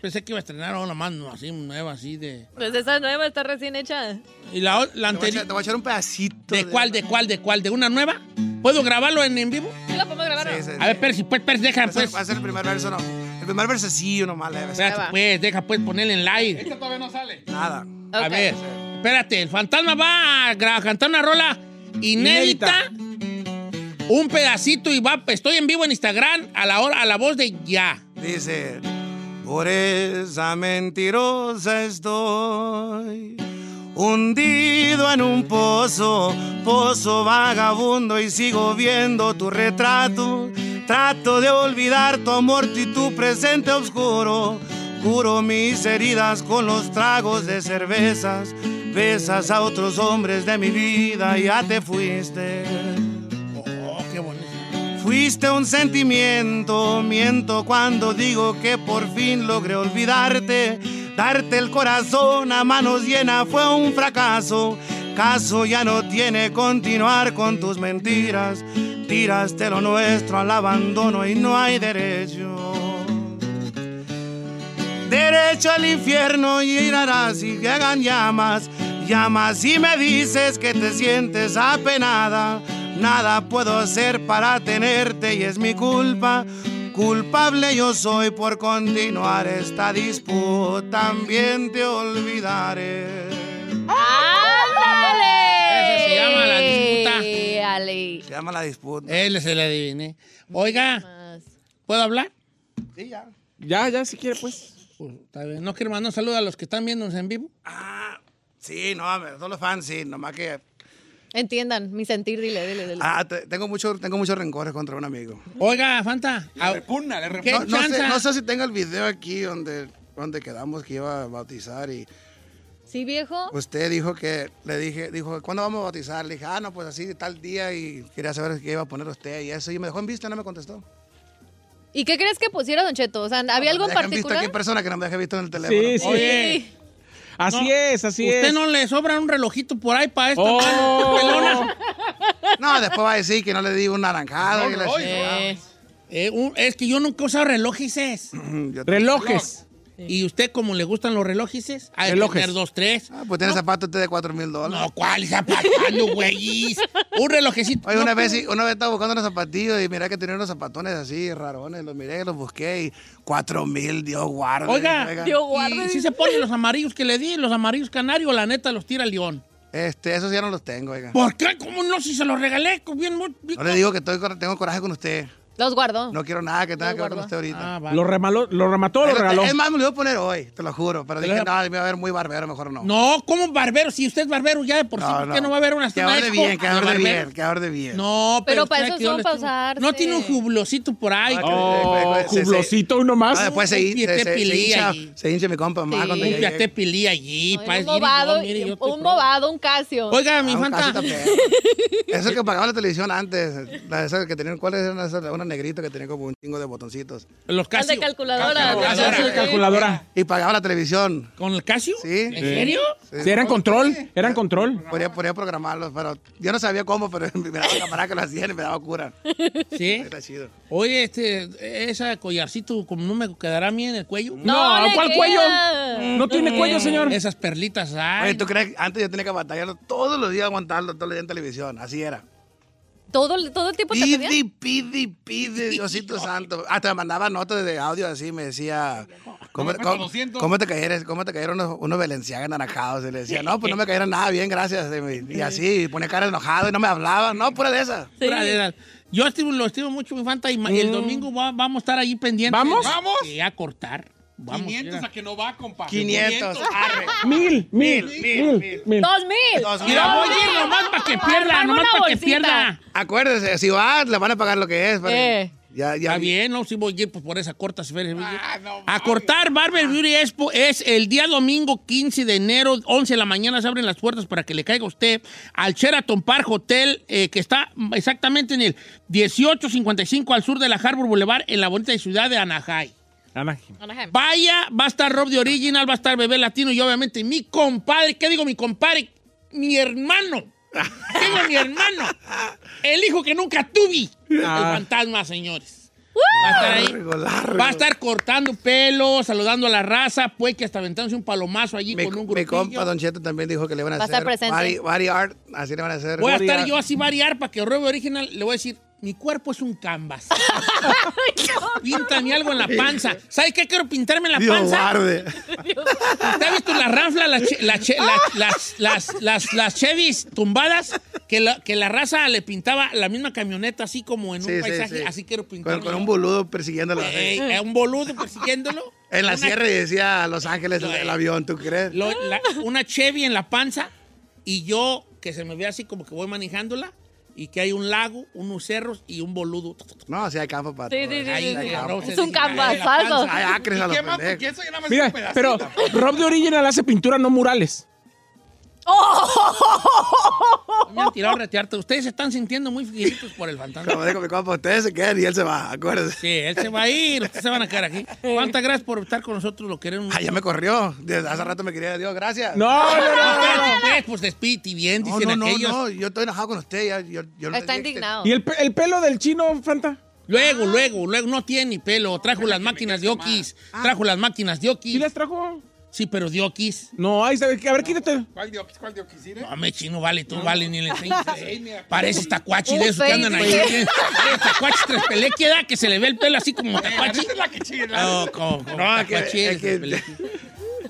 Pensé que iba a estrenar una más no, así, nueva, así de... Pues esa nueva está recién hecha. ¿Y la, o- la anterior? Te voy a echar un pedacito. ¿De cuál, de cuál, de cuál? ¿De una nueva? ¿Puedo grabarlo en, en vivo? ¿Sí la podemos grabar? Sí, A ver, Percy, pues, Percy, deja, Va a ser- pues. va a ser el primer verso, no. El primer verso nomás, leve. Espérate, pues, deja, pues, ponerle en live. Esta todavía no sale. Nada. A ver, espérate, el fantasma va a gra- cantar una rola inédita, un pedacito y va, estoy en vivo en Instagram a la hora, a la voz de ya. Dice, por esa mentirosa estoy, hundido en un pozo, pozo vagabundo y sigo viendo tu retrato. Trato de olvidar tu amor y tu presente oscuro. Curo mis heridas con los tragos de cervezas. Besas a otros hombres de mi vida, ya te fuiste. Oh, qué bonito. Fuiste un sentimiento, miento cuando digo que por fin logré olvidarte. Darte el corazón a manos llenas fue un fracaso. Caso ya no tiene continuar con tus mentiras. Tiraste lo nuestro al abandono y no hay derecho. Derecho al infierno y irás y llegan llamas. Llamas y me dices que te sientes apenada. Nada puedo hacer para tenerte y es mi culpa. Culpable yo soy por continuar esta disputa. También te olvidaré. ¡Ándale! Esa se llama la disputa. Ale. Se llama la disputa. Él se le adiviné. Oiga, ¿puedo hablar? Sí, ya. Ya, ya, si quiere, pues. Está bien. No quiero mandar un saludo a los que están viéndonos en vivo. Ah, Sí, no, a ver, todos los fans, sí, nomás que. Entiendan mi sentir, dile, dile, dile. Ah, te- tengo mucho, tengo muchos rencores contra un amigo. Oiga, Fanta. a- ¿Qué No, no sé, chanza? no sé si tenga el video aquí donde, donde quedamos que iba a bautizar y ¿Sí, viejo? usted dijo que, le dije, dijo, ¿cuándo vamos a bautizar? Le dije, ah, no, pues así tal día y quería saber qué iba a poner usted y eso. Y me dejó en vista, no me contestó. ¿Y qué crees que pusiera, Don Cheto? O sea, ¿había algo en Deja en vista particular? qué persona que no me deja visto en el teléfono. Sí, sí. Oye. Así No, es, así es. ¿Usted no le sobra un relojito por ahí para esto? Oh. No, después va a decir que no le di un naranjado. y la chingada. Eh, Eh, es que yo nunca he usado relojices. Yo- Relojes. ¿Y usted como le gustan los relojices? Hay Relojes. tener dos, tres. Ah, pues tiene zapatos usted de 4 mil dólares. No, ¿cuál zapatando, güey? Un relojecito. Oye, No, una pero- vez, sí, una vez estaba buscando unos zapatillos y mira que tenía unos zapatones así, rarones. Los miré, los busqué y cuatro mil, Dios guarde. Oiga, y si se ponen los amarillos que le di, los amarillos canarios, la neta, los tira el león. Este, esos ya no los tengo, oiga. ¿Por qué? ¿Cómo no? Si se los regalé, con bien, mu- bien- No le digo que estoy, con- tengo coraje con usted. Los guardo. No quiero nada que tenga Los que ver con guardo. usted ahorita. Ah, va. Lo, remaló, lo remató, lo Pero te- regaló. Es más, me lo iba a poner hoy, te lo juro. Pero Te dije, lo- no, me va a ver muy barbero, mejor no. No, ¿cómo barbero? Si usted es barbero ya de por sí, No, ¿por qué no. no. va a haber una Que ahorre una bien, expo que ahorre de barbero? bien, que ahorre bien. Ah, No, Pero pero. para usted eso aquí yo son le pa' estoy- usarse. No tiene un jublosito por ahí. Ah, Oh, Se- se- jublosito, uno Ah, más. después se, un hin- se- se- se pietepilí hincha, allí. se hincha mi compa más Sí. cuando Un llegue. piate pilí allí. No, pa, un mire, movado, yo, mire, yo te un probo. movado, un casio. Oiga, mi Ah, un fanta. caso también. Eso que pagaba la televisión antes, la de esas que tenían, ¿cuáles eran esas? Una negrita que tenía como un chingo de botoncitos. Los Al Casio. de calculadora. Ah, Calculadora. sí, calculadora. Y pagaba la televisión. ¿Con el Casio? Sí. ¿En Sí. serio? Sí. Sí, eran control, eran control. Podría, podría programarlos, pero yo no sabía cómo, pero me daba camarada que lo hacían y me daba cura. Sí. Está chido. Oye, este, esa collarcito, como no me quedará a mí en el cuello. No, le ¿cuál queda. cuello? No tiene cuello, señor. Esas perlitas, ay. Oye, ¿tú crees? que Antes yo tenía que batallarlo todos los días, aguantarlo todos los días en televisión. Así era. Todo, el- todo el tiempo Pues, te pedían. Pidi, pidi, pidi, Diosito Santo. Hasta me mandaba notas de audio así, me decía, ¿cómo, Cuesta cómo- 200. cómo te, cayeron, cómo te cayeron unos, unos Balenciaga anaranjados? Y le decía, no, pues no me cayeron nada bien, gracias. Y me- Y así, y ponía cara enojado y no me hablaba. No, pura de esas. Sí. Pura de esas. Yo estimo- lo estimo mucho, mi fanta, y ma- Mm. el domingo va- vamos a estar ahí pendientes. ¿Vamos? ¿Vamos? Sí, a cortar. Vamos. 500 mira. a que no va, compa. 500, arre. Mil, mil, mil, mil, mil. ¡Dos mil! Dos mil. Mira, ¡Dos voy a ir mil! nomás para que pierda, Armar nomás una para que bolsita. pierda. Acuérdese, si vas, le van a pagar lo que es. pero- Eh. Y Ya, ya. Está bien, no, si voy a ir pues, por esa corta esfera. a cortar Barber Beauty Expo es el día domingo 15 de enero, 11 de la mañana se abren las puertas para que le caiga usted al Sheraton Park Hotel, eh, que está exactamente en el 1855 al sur de la Harbor Boulevard, en la bonita ciudad de Anaheim. Vaya, va a estar Rob de Original, va a estar Bebé Latino y obviamente mi compadre, ¿qué digo mi compadre? Mi hermano. Tengo mi hermano. El hijo que nunca tuve. El Ah. fantasma, señores. Va a estar ahí. Va a estar cortando pelo, saludando a la raza, pues que hasta aventándose un palomazo allí Mi, con un mi grupillo. compa Don Cheto también dijo que le van a Va a estar hacer presente. body, body art, así le van a hacer. Voy a Body estar art. yo así variar para que Robo Original le voy a decir, mi cuerpo es un canvas. Píntame algo en la panza. ¿Sabes qué quiero pintarme en la Dios panza? guarde. ¿Te has visto las ranflas, las, che- las che- la- las, las, las, las Chevys tumbadas? Que la, que la raza le pintaba la misma camioneta así como en un Sí, sí, paisaje. sí. Así quiero Con, pintarme. con yo. un boludo persiguiéndolo. Ey, eh, un boludo persiguiéndolo. En la Una- sierra y decía Los Ángeles el, el avión, ¿tú crees? lo- la- una Chevy en la panza y yo que se me ve así como que voy manejándola y que hay un lago, unos cerros y un boludo. No, o sea, hay campo para Sí, sí, sí, sí, sí. cabrón, Es se un dice, cambazazo. "Ay, la panza". Hay acres a ¿Y los qué más? pendejos. Porque eso ya nada más es Mira, un pedacito. pero Rob de Original hace pintura, no murales. Me han tirado a retearte. Ustedes se están sintiendo muy figuitos por el fantasma. Como dijo mi compa, ustedes se quedan y él se va, acuérdense. Sí, él se va a ir, ustedes se van a quedar aquí. Cuántas gracias por estar con nosotros, lo queremos. Ah, ya me corrió. Desde hace rato me quería Dios, gracias. No, no, no, no, Espérate, no. pues, Pues despiti bien, No, dicen no, no, aquellos. no, yo estoy enojado con usted. ya, yo, yo no Está tenía que- indignado. ¿Y el, pe- el pelo del chino, Fanta? Luego, luego, luego, no tiene ni pelo. Trajo las máquinas de Okis. Ah. Trajo las máquinas de Okis. ¿Sí las trajo? Sí, pero de Okis. No, ahí está. A ver, quítate. ¿Cuál de Oquis? ¿Cuál de Oquis? No, me chino, vale, tú, vale, ni le enseñas. Ey, mira. Parece tacuachi Un de esos que andan ahí. Facebook. Parece tacuachi tres pelequeda, que se le ve el pelo así como tacuachi. Esa es la que chida. No, como, como No, que- tacuachi es eres, que- Trespelequia.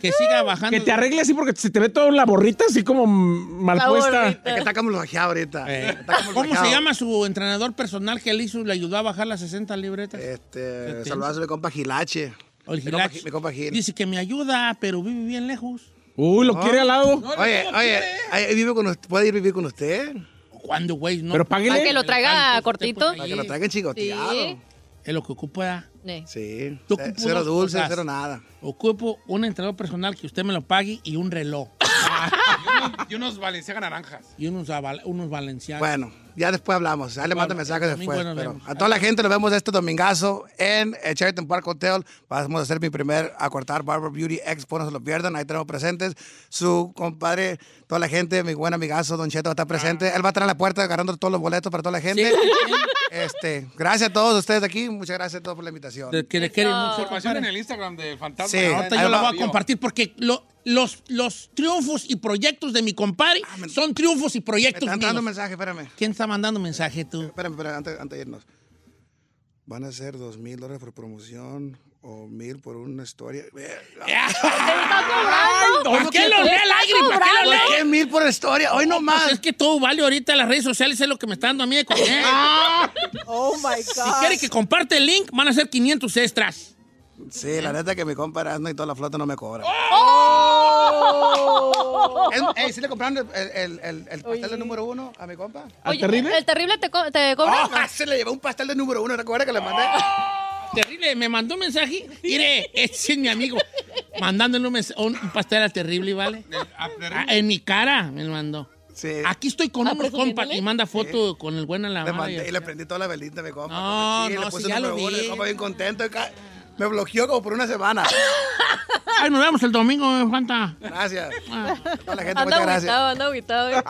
Que siga bajando. Que te arregle así porque se te ve toda la borrita así como mm, mal La puesta. borrita. Es que está como bloqueado ahorita. Eh. Está como ¿Cómo bloqueado. se llama su entrenador personal que él hizo? Le ayudó a bajar las 60 libretas. Este, saludos a mi compa Gilache. O el Mi compa, Gilache. mi compa Gil. Dice que me ayuda, pero vive bien lejos. Uy, lo Ah. quiere al lado. oye, oye, ahí vive con usted, ¿puede ir vivir con usted? ¿Cuándo, güey? No. Pero Para que páguele. lo pues, este, traiga cortito. Para que lo traigan chicoteado. Sí. Sí. Es lo que ocupa. Sí. Yo C- ocupo Cero dos dulce, cosas. cero nada. Ocupo un entrenador personal que usted me lo pague y un reloj. Y unos- Y unos Valenciaga naranjas. y unos, aval- unos valencianos. Bueno, ya después hablamos. Ya le mando Bueno, mensajes el domingo después. nos Pero vemos. a toda la gente nos vemos este domingazo en el Sheraton Park Hotel. Vamos a hacer mi primer a cortar Barber Beauty Expo. No se lo pierdan. Ahí tenemos presentes su compadre, toda la gente, mi buen amigazo Don Cheto va a estar presente. Él va a estar en la puerta agarrando todos los boletos para toda la gente. Este, gracias a todos ustedes aquí. Muchas gracias a todos por la invitación. Te- Que le quiere mucho. Información compadre. en el Instagram de Fantasma. Sí. Ahorita Ahorita yo Ahí la va. voy a compartir porque lo- los, los triunfos y proyectos de mi compadre son triunfos y Ah, Me proyectos están dando míos. mensaje, espérame. ¿Quién está mandando mensaje tú? Espérame, espérame, antes, antes de irnos. ¿Van a ser dos mil dólares por promoción o mil por una historia? ¿Por qué lo lea el aire? ¿Por qué lo ¿Por lea? Pues, qué mil por historia? Hoy no Pues más. es que todo vale ahorita las redes sociales, es lo que me está dando a mí de comer. Oh my si God. quiere que comparte el link, van a ser 500 extras. Sí, la neta que mi compa Erasmo y toda la flota no me cobra. Es- Ey, ¿sí le compraron el, el, el, el pastel de número uno a mi compa? ¿Al terrible? ¿El terrible te, co- te cobra? ¡Oh! Se le llevó un pastel de número uno, ¿recuerda que le mandé? Terrible, me mandó un mensaje. Mire, ese es mi amigo. Mandándole un, mens- un pastel a terrible, ¿vale? a Terrible. Ah, en mi cara me lo mandó. Sí. Aquí estoy con Ah, unos compas presumiéndole. y manda foto con el buen en la Eh. Le mano. mandé y le prendí toda la velita a mi compa. No, Sí, no, le puse sí, ya lo número uno, vi. mi compa bien contento. y ca- Me bloqueó como por una semana. Ay, nos vemos el domingo, me falta. Ah, Gracias. A toda la gente, Anda muchas gracias. agüitado, anda agüitado. eh.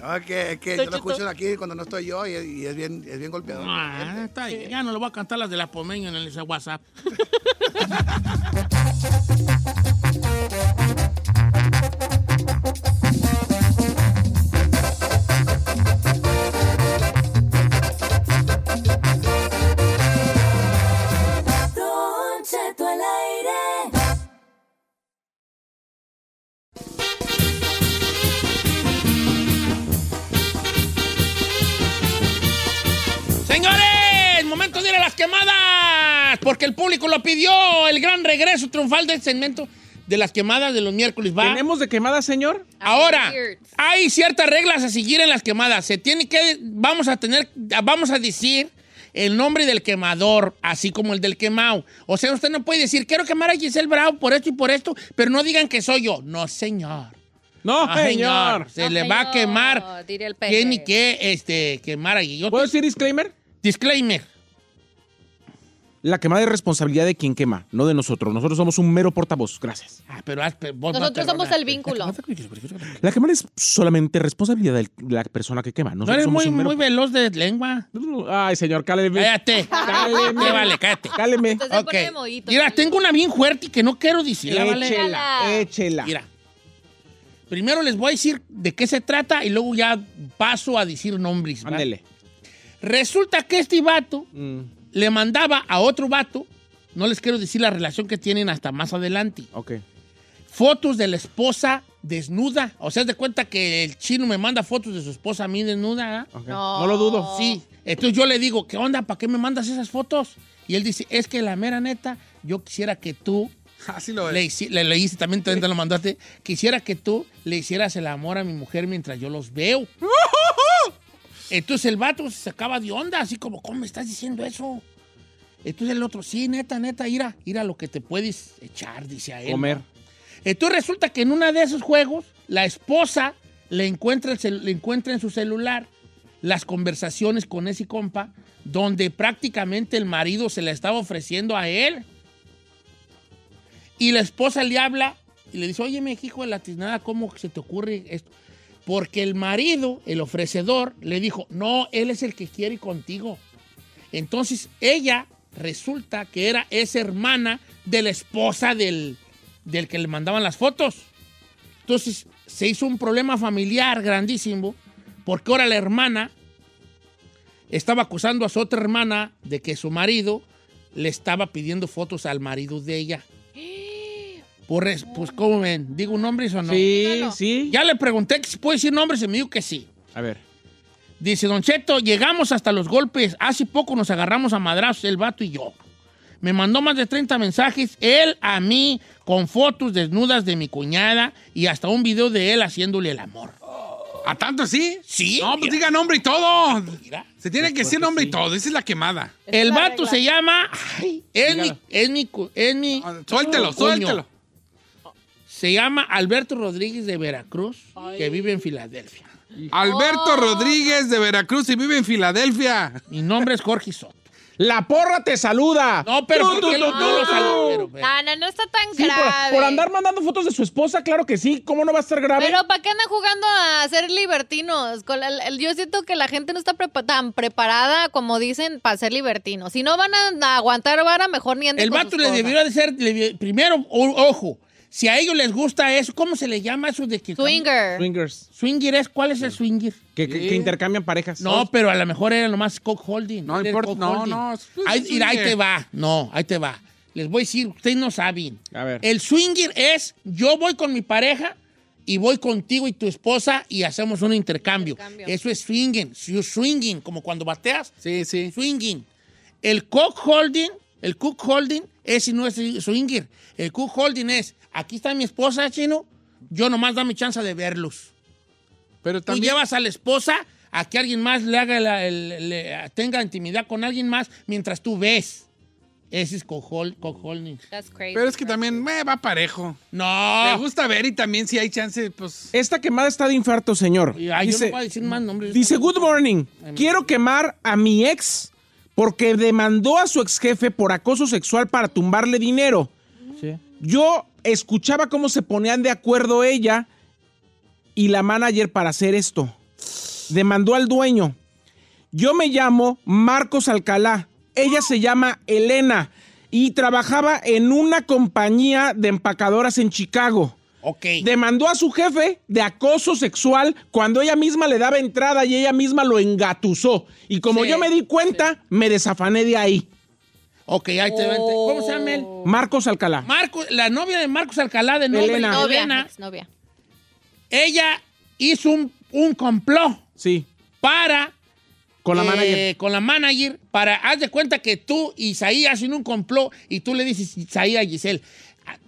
No, es que, es que yo lo Chochito. escucho aquí cuando no estoy yo y, y es bien, es bien golpeador. Ah, está bien. Ya no le voy a cantar las de la Pomeño en el ese WhatsApp. Señores, momento de ir a las quemadas, porque el público lo pidió, el gran regreso triunfal del segmento de las quemadas de los miércoles. Va. ¿Tenemos de quemada, señor? Ahora, Weird. hay ciertas reglas a seguir en las quemadas. Se tiene que, vamos a tener, vamos a decir el nombre del quemador, así como el del quemado. O sea, usted no puede decir, quiero quemar a Giselle Bravo por esto y por esto, pero no digan que soy yo. No, señor. No, Ah, señor. Se No, le va señor, a Pues- quemar. diría el Tiene que este, quemar a Guillote. ¿Puedo decir disclaimer? Disclaimer. La quemada es responsabilidad de quien quema, no de nosotros. Nosotros somos un mero portavoz. Gracias. Ah, pero haz- vos vas a Nosotros perdonar. somos el vínculo. La quemada es solamente responsabilidad del- de la persona que quema. No Nosotros eres somos muy, un mero- muy veloz de lengua. Ay, señor, cáleme. Cállate. Cáleme. Te vale, cállate. Cáleme. se pone Ok. de mojito, Mira, tengo una bien fuerte que no quiero decirla, ¿vale? Échela, échela. Mira. Primero les voy a decir de qué se trata y luego ya paso a decir nombres. ¿va? Ándele. Resulta que este vato Mm, le mandaba a otro vato, no les quiero decir la relación que tienen hasta más adelante, ok. fotos de la esposa desnuda. O sea, haz de cuenta que el chino me manda fotos de su esposa a mí desnuda. ¿ah? ok. No. lo dudo. Sí. Entonces yo le digo, ¿qué onda? ¿Para qué me mandas esas fotos? Y él dice, es que la mera neta, yo quisiera que tú Así lo le, hici- le leíste, también, también te lo mandaste. Quisiera que tú le hicieras el amor a mi mujer mientras yo los veo. Entonces el vato se sacaba de onda, así como, ¿cómo me estás diciendo eso? Entonces el otro, sí, neta, neta, ira, ira lo que te puedes echar, dice a él. Comer. Entonces resulta que en uno de esos juegos, la esposa le encuentra, el cel- le encuentra en su celular las conversaciones con ese compa, donde prácticamente el marido se la estaba ofreciendo a él. Y la esposa le habla y le dice, oye, mi hijo de la tiznada, ¿cómo se te ocurre esto? Porque el marido, el ofrecedor, le dijo, no, él es el que quiere ir contigo. Entonces ella resulta que era esa hermana de la esposa del, del que le mandaban las fotos. Entonces se hizo un problema familiar grandísimo porque ahora la hermana estaba acusando a su otra hermana de que su marido le estaba pidiendo fotos al marido de ella. Por es- pues, ¿cómo ven? ¿Digo nombres o no? Sí, sí. Ya le pregunté que si puede decir nombres y me dijo que sí. A ver. Dice Don Cheto, llegamos hasta los golpes. Hace poco nos agarramos a madrazos el vato y yo. Me mandó más de 30 mensajes, él a mí, con fotos desnudas de mi cuñada y hasta un video de él haciéndole el amor. ¿A tanto sí? Sí. No, pues mira. diga nombre y todo. Mira. Se tiene que decir nombre y todo. Esa es la quemada. El vato se llama... ay, es, mi, es mi... cu- Es mi Ah, Suéltelo, cuño. suéltelo. Se llama Alberto Rodríguez de Veracruz, que vive en Filadelfia. Alberto Rodríguez de Veracruz y vive en Filadelfia. Mi nombre es Jorge Soto. La porra te saluda. No, pero Tú, ¿por qué tú, lo- tú, no lo tú. saludo? Pero, pero- No, no, no está tan Sí, por, grave. por andar mandando fotos de su esposa, claro que sí. ¿Cómo no va a estar grave? Pero ¿para qué andan jugando a ser libertinos? Con la- el- yo siento que la gente no está prepa- tan preparada como dicen para ser libertinos. Si no van a aguantar vara, mejor ni anden El con vato sus le cosas. debió de ser, le- primero, o- ojo, si a ellos les gusta eso, ¿cómo se le llama eso de que... Swinger. Swingers. Swinger es, ¿cuál es el swinger? Que, que- que intercambian parejas. No, pero a lo mejor era nomás cock holding. No Era importa, cock no, holding. no, es- es Ahí, mira, ahí swinger. te va, no, ahí te va. Les voy a decir, ustedes no saben. A ver. El swinger es, yo voy con mi pareja y voy contigo y tu esposa y hacemos un intercambio. Intercambio. Eso es swinging, you swinging, como cuando bateas, Sí, sí. swinging. El cock holding, el cook holding es y no es swinger. El cook holding es, aquí está mi esposa, chino, yo nomás dame chance de verlos. Pero Tú también. llevas a la esposa a que alguien más le haga la- el- le- tenga intimidad con alguien más mientras tú ves. Ese es cohol, coholning. That's crazy. Pero es que también eh, va parejo. Me No. gusta ver y también si hay chance, pues. Esta quemada está de infarto, señor. Y, ay, yo dice, no voy a decir más nombres. dice, good morning. Ay, Quiero quemar a mi ex porque demandó a su ex jefe por acoso sexual para tumbarle dinero. Yo escuchaba cómo se ponían de acuerdo ella y la manager para hacer esto. Demandó al dueño. Yo me llamo Marcos Alcalá. Ella se llama Elena y trabajaba en una compañía de empacadoras en Chicago. Ok. Demandó a su jefe de acoso sexual cuando ella misma le daba entrada y ella misma lo engatusó. Y como Sí, yo me di cuenta, me desafané de ahí. Ok, ahí te va. ¿Cómo se llama él? Marcos Alcalá. Marcos, la novia de Marcos Alcalá de nombre Elena. Elena. pues, Novia, exnovia. Ella hizo un, un complot sí, para con la eh, manager. Con la manager, para, haz de cuenta que tú, Isaí, hacen un complot y tú le dices, Isaí a Giselle,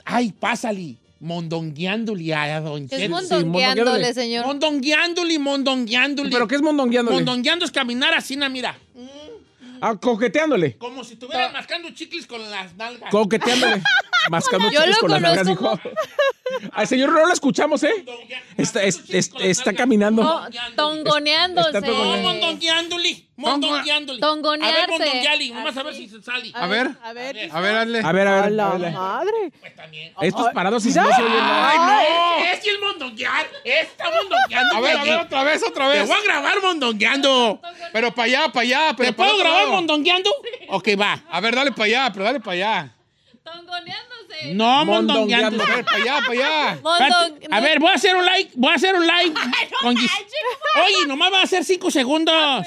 ay, pásale, mondongueándole a Don Es Cheto". mondongueándole, mondongueándole. señor. Mondongueándole, mondongueándole. ¿Pero qué es mondongueándole? Mondongueando es caminar así, na, mira. Ah, coqueteándole. Como si estuvieran mascando chicles con las nalgas. Coqueteándole. Mascando Yo chicles lo con las nalgas, conozco dijo. Al señor no lo escuchamos, ¿eh? Está, es- es- está caminando. To- Tongoneándose. Está No, tongoneando. mondongueándole. Mondongueándole. Tongonearse. A ver, mondongueale. Vamos a ver si se sale. A ver. A ver. A ver, hazle. A ver, a ver, A la hazle. madre. Estos Ay, parados y mira. no se oye nada. ¡Ay, no! Ay. Es que el mondonguear. Está mondongueando. A ver, a güey. ver, otra vez, otra Pues- vez. Te voy a grabar mondongueando. Pero para allá, para allá. Pero Pues ¿Te para puedo otro grabar lado. mondongueando? Ok, va. A ver, dale para allá, pero dale para allá. Tongoneándose. No, mondongueando. Mondongueando. A ver, para allá, para allá. Mondon- A ver, voy a hacer un like, voy a hacer un like. con Gis- Oye, nomás va a hacer cinco Ah, segundos.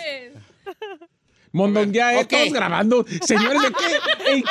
Mondonguea, eh, Ok. todos grabando. Señores, ¿de qué? ¿En qué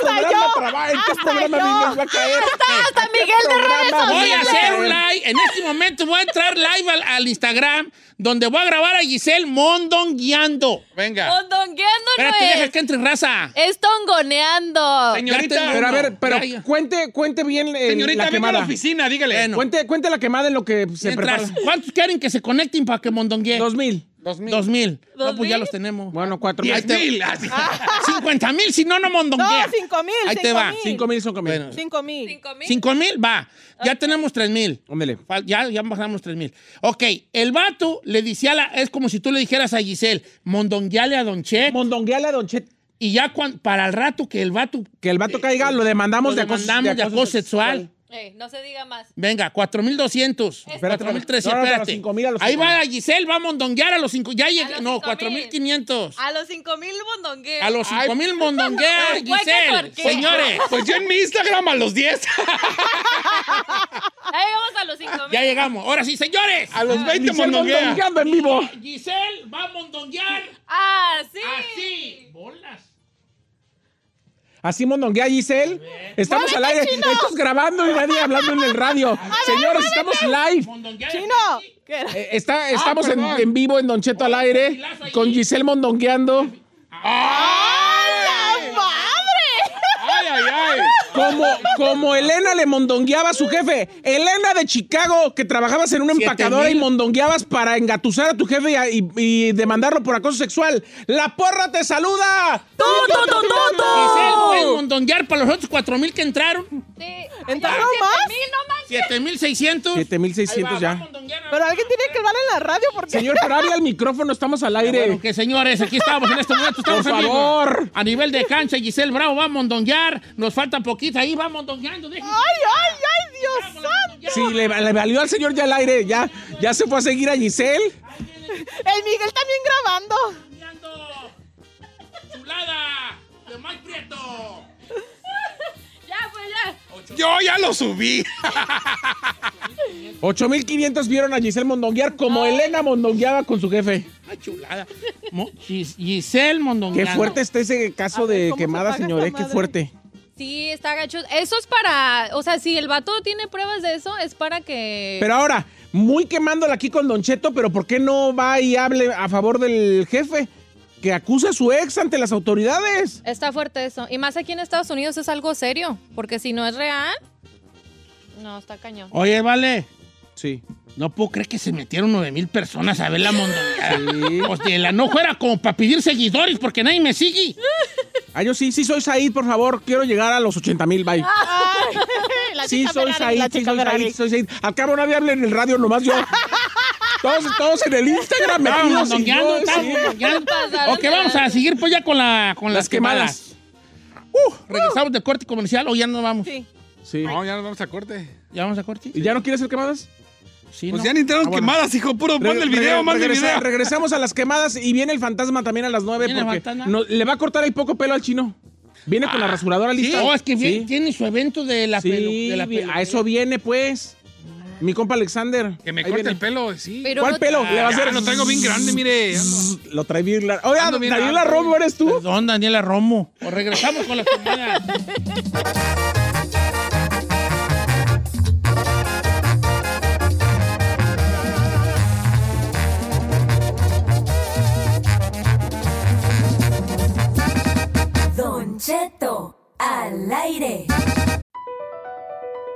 programa trabaja? ¿En qué programa niños va a caer? Hasta Miguel de redes Programa Voy a sociales. hacer un live. En este momento voy a entrar live al, al Instagram donde voy a grabar a Giselle mondongueando. Venga. Mondongueando no Espérate, deja este. es. que entre raza. Es tongoneando. Señorita, Ya te- Eh, Pero a ver, pero Ya, ya. cuente, cuente bien eh, Señorita, la venga a la quemada. oficina, dígale. Bueno. Cuente, cuente la quemada en lo que se Mientras, prepara. ¿Cuántos quieren que se conecten para que mondongueen? Dos mil. Dos mil. Dos mil. No, ¿Dos pues ya mil? los tenemos. Bueno, cuatro Diez Ahí te- mil. Ah. Cincuenta mil, si no, no No, mondonguea. cinco mil. Ahí te cinco va, mil. Cinco mil, cinco mil. Bueno. Cinco mil. Cinco mil. Cinco mil, va. Ya tenemos tres mil. Ándale. Fal- Ya, ya bajamos 3 mil. Ok, el vato le decía, a la, es como si tú le dijeras a Giselle, mondongueale a Don Che. Mondongueale a Don Chet. Y ya cuan- para el rato que el vato Que el vato caiga, lo demandamos, lo de, acoso, demandamos de acoso sexual. Ey, no se diga más. Venga, 4200. Espérate, 4300, no, no, no, espérate. 5,000 a los Ahí va 5,000. Giselle, va a mondonguear a los 5. Ya llega- los no, 5,000. 4500. A los cinco mil mondonguea. A los 5000 mondonguea, Ay, güey, qué Giselle. porquería. Señores, Pues yo en mi Instagram a los 10. Ahí vamos a los cinco mil. Ah, ya llegamos. Ahora sí, señores. A los 20 Giselle mondonguea. mondongueando en vivo. Giselle va a mondonguear Ah, sí. así. Bolas. Así mondonguea Giselle. Estamos al aire. Estamos grabando y nadie hablando en el radio. Señores, estamos live. Mondonguear Ah, Chino. así. ¿Qué era? Eh, está- estamos en, perdón. en vivo en Don Cheto al aire. filaza ahí. Con Giselle mondongueando. ¡La madre! Ay, ay, ay. Como, como Elena le mondongueaba a su jefe. Elena de Chicago, que trabajabas en una Siete empacadora mil. y mondongueabas para engatusar a tu jefe y a- y, y demandarlo por acoso sexual. ¡La porra te saluda! Giselle, puedes mondonguear para los otros 4000 que entraron. Sí. ¿Entraron Ay, más? siete mil, no manches. 7600. 7600 Ahí va, ya. vamos, don Guerra. Pero alguien tiene que hablar en la radio porque. Señor, pero hable al micrófono, estamos al aire. Bueno, que señores, aquí estamos en este momento. Estamos Por en vivo. favor. A nivel de cancha, Giselle Bravo va a mondonguear. Nos falta poquito. Ahí va mondongueando. ¡Ay, ay, ay, Dios santo! Sí, le, le valió al señor ya al aire. Ya, ya se fue a seguir a Giselle. El Miguel también grabando. ¡Chulada! ¡De Mike Prieto! Ya, pues ya. Yo ya lo subí. 8500 vieron a Giselle mondonguear como Elena mondongueaba con su jefe. ¡Ay, chulada! Mo- Gis- Giselle mondongueando. Qué fuerte está ese caso A ver, de ¿cómo se quemada, apaga señor. esa eh, Qué madre? fuerte. Sí, está gacho. Eso es para. O sea, si el vato tiene pruebas de eso, es para que. Pero ahora, muy quemándola aquí con Don Cheto, pero ¿por qué no va y hable a favor del jefe que acusa a su ex ante las autoridades? Está fuerte eso. Y más aquí en Estados Unidos es algo serio. Porque si no es real. No, está cañón. Oye, vale. Sí. No puedo creer que se metieron 9 mil personas a ver la mondongueada. Pues el enojo era como para pedir seguidores porque nadie me sigue. Ah, yo sí, sí soy Said, por favor. Quiero llegar a los 80 mil, bye. La sí, chica soy Ferrari, Said, la sí, chica soy Ferrari. Said, soy Said. Al cabo nadie habla en el radio, nomás yo. Todos, todos en el Instagram Estábamos metidos. y mondongueando, yo, estábamos sí. mondongueando. Pasaron Ok, vamos a seguir pues ya con, la, con las, Las quemadas. quemadas. Uh, ¿Regresamos de corte comercial o ya no vamos? Sí. Sí. No, ya nos vamos a corte. ¿Ya vamos a corte? ¿Y ya no quieres hacer quemadas? Sí, Pues ¿no? ya ni entraron Ah, bueno. quemadas, hijo puro. Manda el Reg- video, reg- manda el regresa- video. Regresamos a las quemadas y viene el fantasma también a las 9 ¿Viene el porque fantasma? no- le va a cortar el poco pelo al chino. Viene con la rasuradora Sí, lista. oh, es que Sí. viene- tiene su evento de la Sí, pelo- de la vi- pelo- a eso viene, pues. Mi compa Alexander. Que me Ahí corte viene. el pelo, sí. Pero ¿Cuál no- pelo? Le va a Ya, hacer. lo traigo bien grande, mire. ya no. Lo trae bien largo. Oye, Ando bien Daniela largo. Romo, ¿eres tú? Perdón, Daniela Romo. O regresamos con las quemadas. Don Cheto, al aire.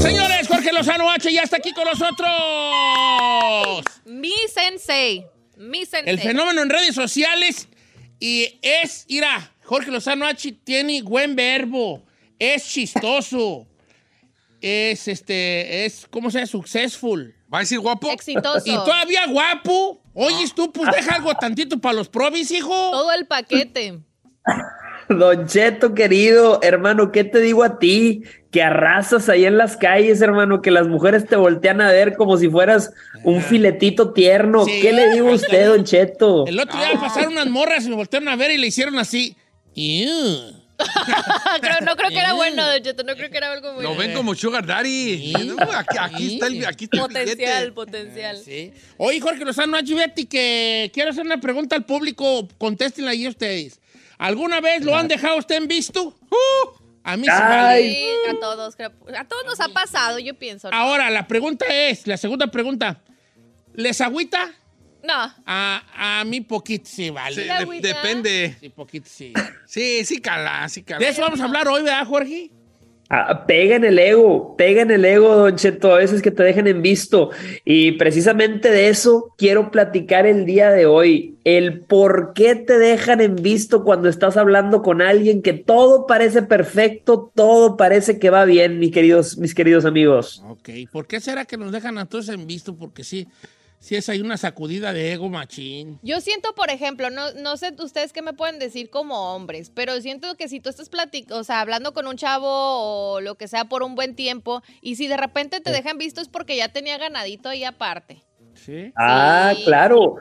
Señores, Jorge Lozano H ya está aquí con nosotros. Mi sensei. Mi sensei. El fenómeno en redes sociales y es, mira, Jorge Lozano H tiene buen verbo, es chistoso, es este, es, ¿cómo se llama? Successful. ¿Va a decir guapo? Exitoso. Y todavía guapo. Oye, tú, pues deja algo tantito para los probis, hijo. Todo el paquete. Don Cheto, querido, hermano, ¿qué te digo a ti? Que arrasas ahí en las calles, hermano, que las mujeres te voltean a ver como si fueras un filetito tierno. Sí. ¿Qué le digo a usted, Don Cheto? El otro día pasaron unas morras y me voltearon a ver y le hicieron así. "Ew". Ah, Creo- no creo que era bueno, Don Cheto, No creo que era algo muy Lo ven bueno. como Sugar Daddy. Ah, No, Aquí, aquí está el, aquí está el Potencial, billete. potencial. Sí. Oye, Jorge Lozano, Nacho y Betty, que quiero hacer una pregunta al público, contéstenla ahí ustedes. ¿Alguna vez lo han dejado usted en visto? ¡Uh! A mí sí. Ay. vale. Sí, a todos, creo- a todos nos ha pasado, yo pienso. ¿no? Ahora, la pregunta es, la segunda pregunta. ¿Les agüita? No. A, a mí poquito sí, Sí, vale. de- depende. Sí, poquito sí. Sí, sí, cala, sí, cala. De eso vamos a hablar hoy, ¿verdad, Jorge? Ah, pega en el ego, pega en el ego, Don Cheto, a veces que te dejan en visto. Y precisamente de eso quiero platicar el día de hoy, el por qué te dejan en visto cuando estás hablando con alguien que todo parece perfecto, todo parece que va bien, mis queridos, mis queridos amigos. Ok, ¿por qué será que nos dejan a todos en visto? Porque sí, sí es ahí una sacudida de ego machín. Yo siento, por ejemplo, no, no sé ustedes qué me pueden decir como hombres, pero siento que si tú estás platic o sea, hablando con un chavo o lo que sea por un buen tiempo, y si de repente te dejan visto es porque ya tenía ganadito ahí aparte. ¿Sí? Ah, claro.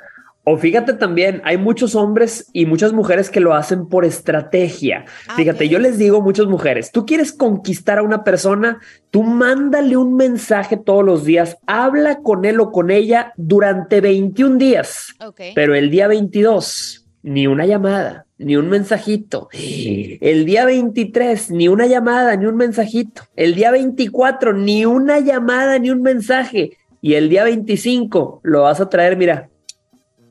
O fíjate también, hay muchos hombres y muchas mujeres que lo hacen por estrategia. fíjate, yo les digo a muchas mujeres, tú quieres conquistar a una persona, tú mándale un mensaje todos los días, habla con él o con ella durante 21 días, Ok. pero el día 22, ni una llamada, ni un mensajito. El día 23, ni una llamada, ni un mensajito. El día 24, ni una llamada, ni un mensaje. Y el día 25 lo vas a traer, mira,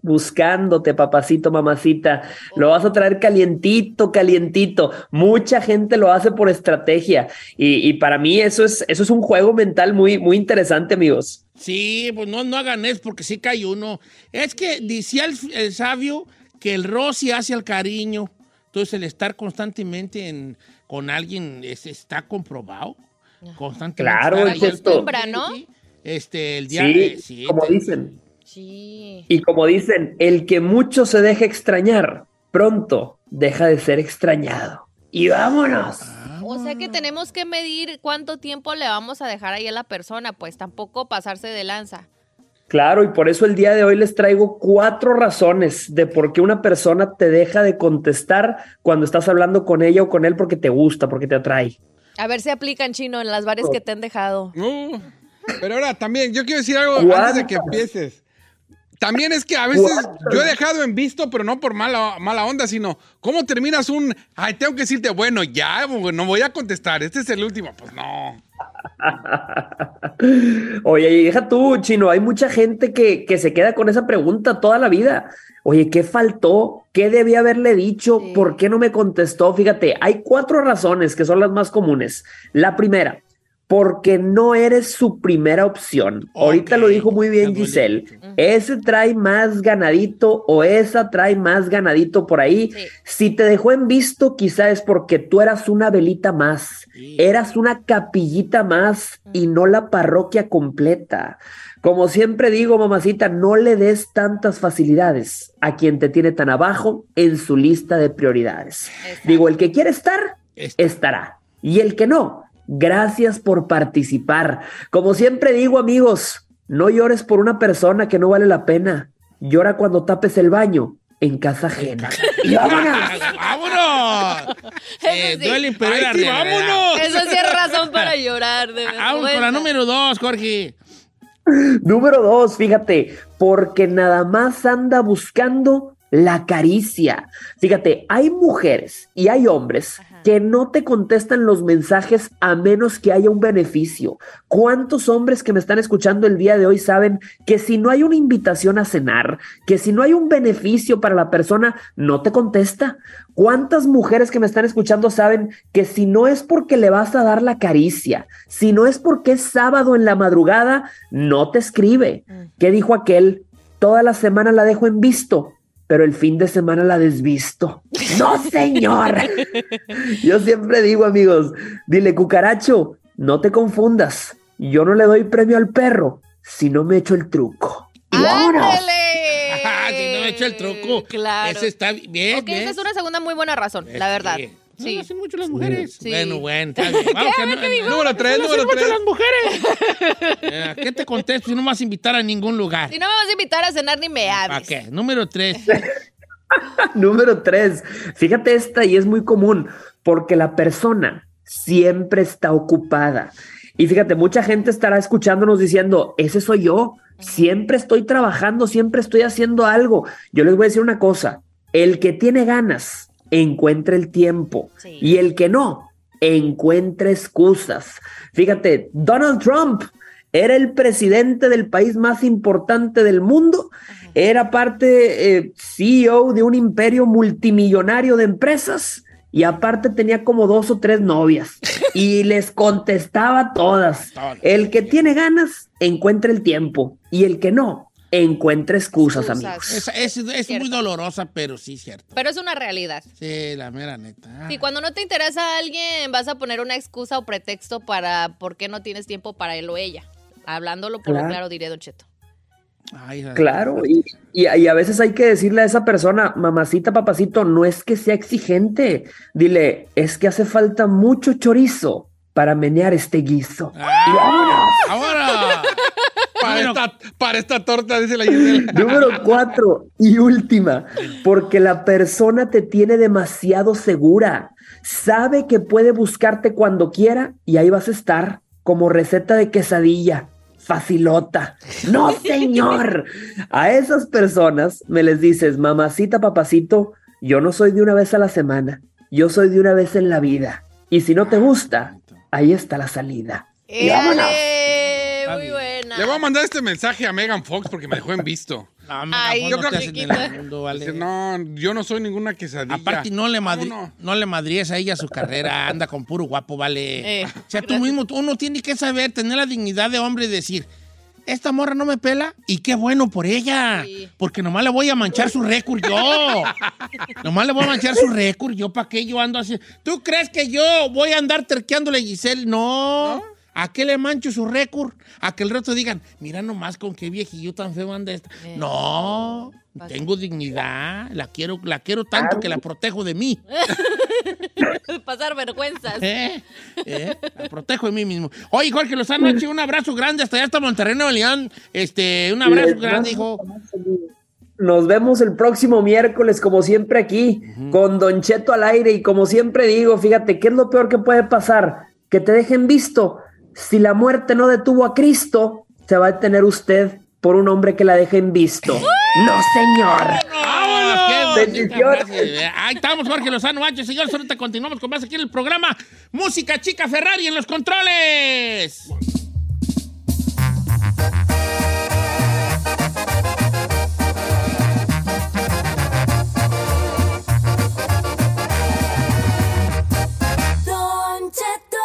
buscándote, papacito, mamacita. Lo vas a traer calientito, calientito. Mucha gente lo hace por estrategia. Y, y para mí eso es, eso es un juego mental muy, muy interesante, amigos. Sí, pues no, no hagan eso porque sí cae uno. Es que decía el, el sabio que el roce hace al cariño. Entonces el estar constantemente en- con alguien es- está comprobado. Constantemente. Claro, estar es ahí cierto. al pendiente, Acostumbra, ¿no? Este, el día Sí, eh, sí, como te- dicen. Sí. Y como dicen, el que mucho se deja extrañar, pronto deja de ser extrañado. Y vámonos. O sea Ah. que tenemos que medir cuánto tiempo le vamos a dejar ahí a la persona, pues tampoco pasarse de lanza. Claro, y por eso el día de hoy les traigo cuatro razones de por qué una persona te deja de contestar cuando estás hablando con ella o con él porque te gusta, porque te atrae. A ver si aplican chino en las Oh. bares que te han dejado. No. Uh. Pero ahora también, yo quiero decir algo ¿Cuántas? antes de que empieces. También es que a veces ¿Cuántas? yo he dejado en visto, pero no por mala, mala onda, sino cómo terminas un, ay, tengo que decirte, bueno, ya, no voy a contestar, este es el último. Pues no. Oye, y deja tú, chino, hay mucha gente que, que se queda con esa pregunta toda la vida. Oye, ¿qué faltó? ¿Qué debí haberle dicho? ¿Por qué no me contestó? Fíjate, hay cuatro razones que son las más comunes. La primera, porque no eres su primera opción. Ahorita lo dijo muy bien Giselle. Ese trae más ganadito o esa trae más ganadito por ahí. Si te dejó en visto, quizá es porque tú eras una velita más, eras una capillita más y no la parroquia completa. Como siempre digo, mamacita, no le des tantas facilidades a quien te tiene tan abajo en su lista de prioridades. Digo, el que quiere estar, este, estará. Y el que no, Gracias por participar. Como siempre digo, amigos, no llores por una persona que no vale la pena. Llora cuando tapes el baño en casa ajena. Y vámonos. ¡Ah, ¡Vámonos! Eh, duele, pero Ay, era sí, realidad. vámonos. Eso sí es razón para llorar, de verdad. Ah, Vamos con la Bueno. número dos, Jorge. Número dos, fíjate, porque nada más anda buscando la caricia. Fíjate, hay mujeres y hay hombres que no te contestan los mensajes a menos que haya un beneficio. ¿Cuántos hombres que me están escuchando el día de hoy saben que si no hay una invitación a cenar, que si no hay un beneficio para la persona, no te contesta? ¿Cuántas mujeres que me están escuchando saben que si no es porque le vas a dar la caricia, si no es porque es sábado en la madrugada, no te escribe? ¿Qué dijo aquel? Toda la semana la dejo en visto, pero el fin de semana la desvisto. No, señor. Yo siempre digo, amigos, dile cucaracho, no te confundas. Yo no le doy premio al perro si no me echo el truco. Y vámonos. Ah, si no me echa el truco. Eh, Claro. Ese está bien, Ok, esa bien. Este, es una segunda muy buena razón, la verdad. bien. Sí. hacen mucho las mujeres. Sí. Bueno, bueno, está bien. Vamos, ¿Qué? que A ver, no- ¿qué dijo? Número tres, No número sirvo tres. a las mujeres. Eh, ¿Qué te contesto si no me vas a invitar a ningún lugar? Si no pues. me vas a invitar a cenar ni me ¿Para hables. qué? Número tres. Número tres, fíjate esta y es muy común porque la persona siempre está ocupada. Y fíjate, mucha gente estará escuchándonos diciendo, ese soy yo, siempre estoy trabajando, siempre estoy haciendo algo. Yo les voy a decir una cosa, el que tiene ganas encuentra el tiempo y el que no encuentra excusas. Fíjate, Donald Trump era el presidente del país más importante del mundo, era parte eh, CEO de un imperio multimillonario de empresas y aparte tenía como dos o tres novias y les contestaba a todas. El que tiene ganas encuentra el tiempo y el que no encuentra excusas, amigos. Esa- Es, es muy dolorosa, pero sí, cierto. Pero es una realidad. Sí, la mera neta. Ah, Si cuando no te interesa a alguien, vas a poner una excusa o pretexto para por qué no tienes tiempo para él o ella. Hablándolo por lo Claro. claro, diría Don Cheto. Ay, esa- Claro, y, y- y a veces hay que decirle a esa persona, mamacita, papacito, no es que sea exigente. Dile, es que hace falta mucho chorizo para menear este guiso. Y vámonos. Ah, ¡Ahora! Para, esta, para esta torta, dice la Gisela. Número cuatro y última, porque la persona te tiene demasiado segura. Sabe que puede buscarte cuando quiera y ahí vas a estar como receta de quesadilla, facilota. No, señor. A esas personas me les dices, mamacita, papacito, yo no soy de una vez a la semana, yo soy de una vez en la vida. Y si no te gusta, ahí está la salida. Y vámonos. muy buena. Le voy a mandar este mensaje a Megan Fox porque me dejó en visto. Fox Ay, yo no te creo que hace ni chiquito. el mundo, vale. Dice, no, yo no soy ninguna quesadilla. Aparte, no le, madri Vámonos. no le madríes a ella su carrera. Anda con puro guapo, vale. Eh, o sea, tú mismo, tú- uno tiene que saber, tener la dignidad de hombre y decir, esta morra no me pela y qué bueno por ella. Porque nomás le voy a manchar su récord yo. nomás le voy a manchar su récord yo. ¿Para qué yo ando así? ¿Tú crees que yo voy a andar terqueándole a Giselle? No. ¿A qué le mancho su récord? A que el resto digan, mira nomás con qué viejillo tan feo anda esta. No, tengo dignidad, la quiero, la quiero tanto que la protejo de mí. Pasar vergüenzas. ¿Eh? ¿Eh? La protejo de mí mismo. Oye, Jorge Lozano, H, un abrazo grande hasta allá, hasta Monterrey, Nuevo León. Este, un abrazo Les grande, mando hijo. Nos vemos el próximo miércoles, como siempre aquí, con Don Cheto al aire. Y como siempre digo, fíjate, ¿qué es lo peor que puede pasar? Que te dejen visto. Si la muerte no detuvo a Cristo, se va a detener usted por un hombre que la dejen visto. ¡No, señor! ¡Vámonos! ¡Qué bonita Bendiciones. frase! Eh, Ahí estamos, Jorge Lozano H. Señores, ahorita continuamos con más aquí en el programa Música Chica Ferrari en los controles. Don Cheto.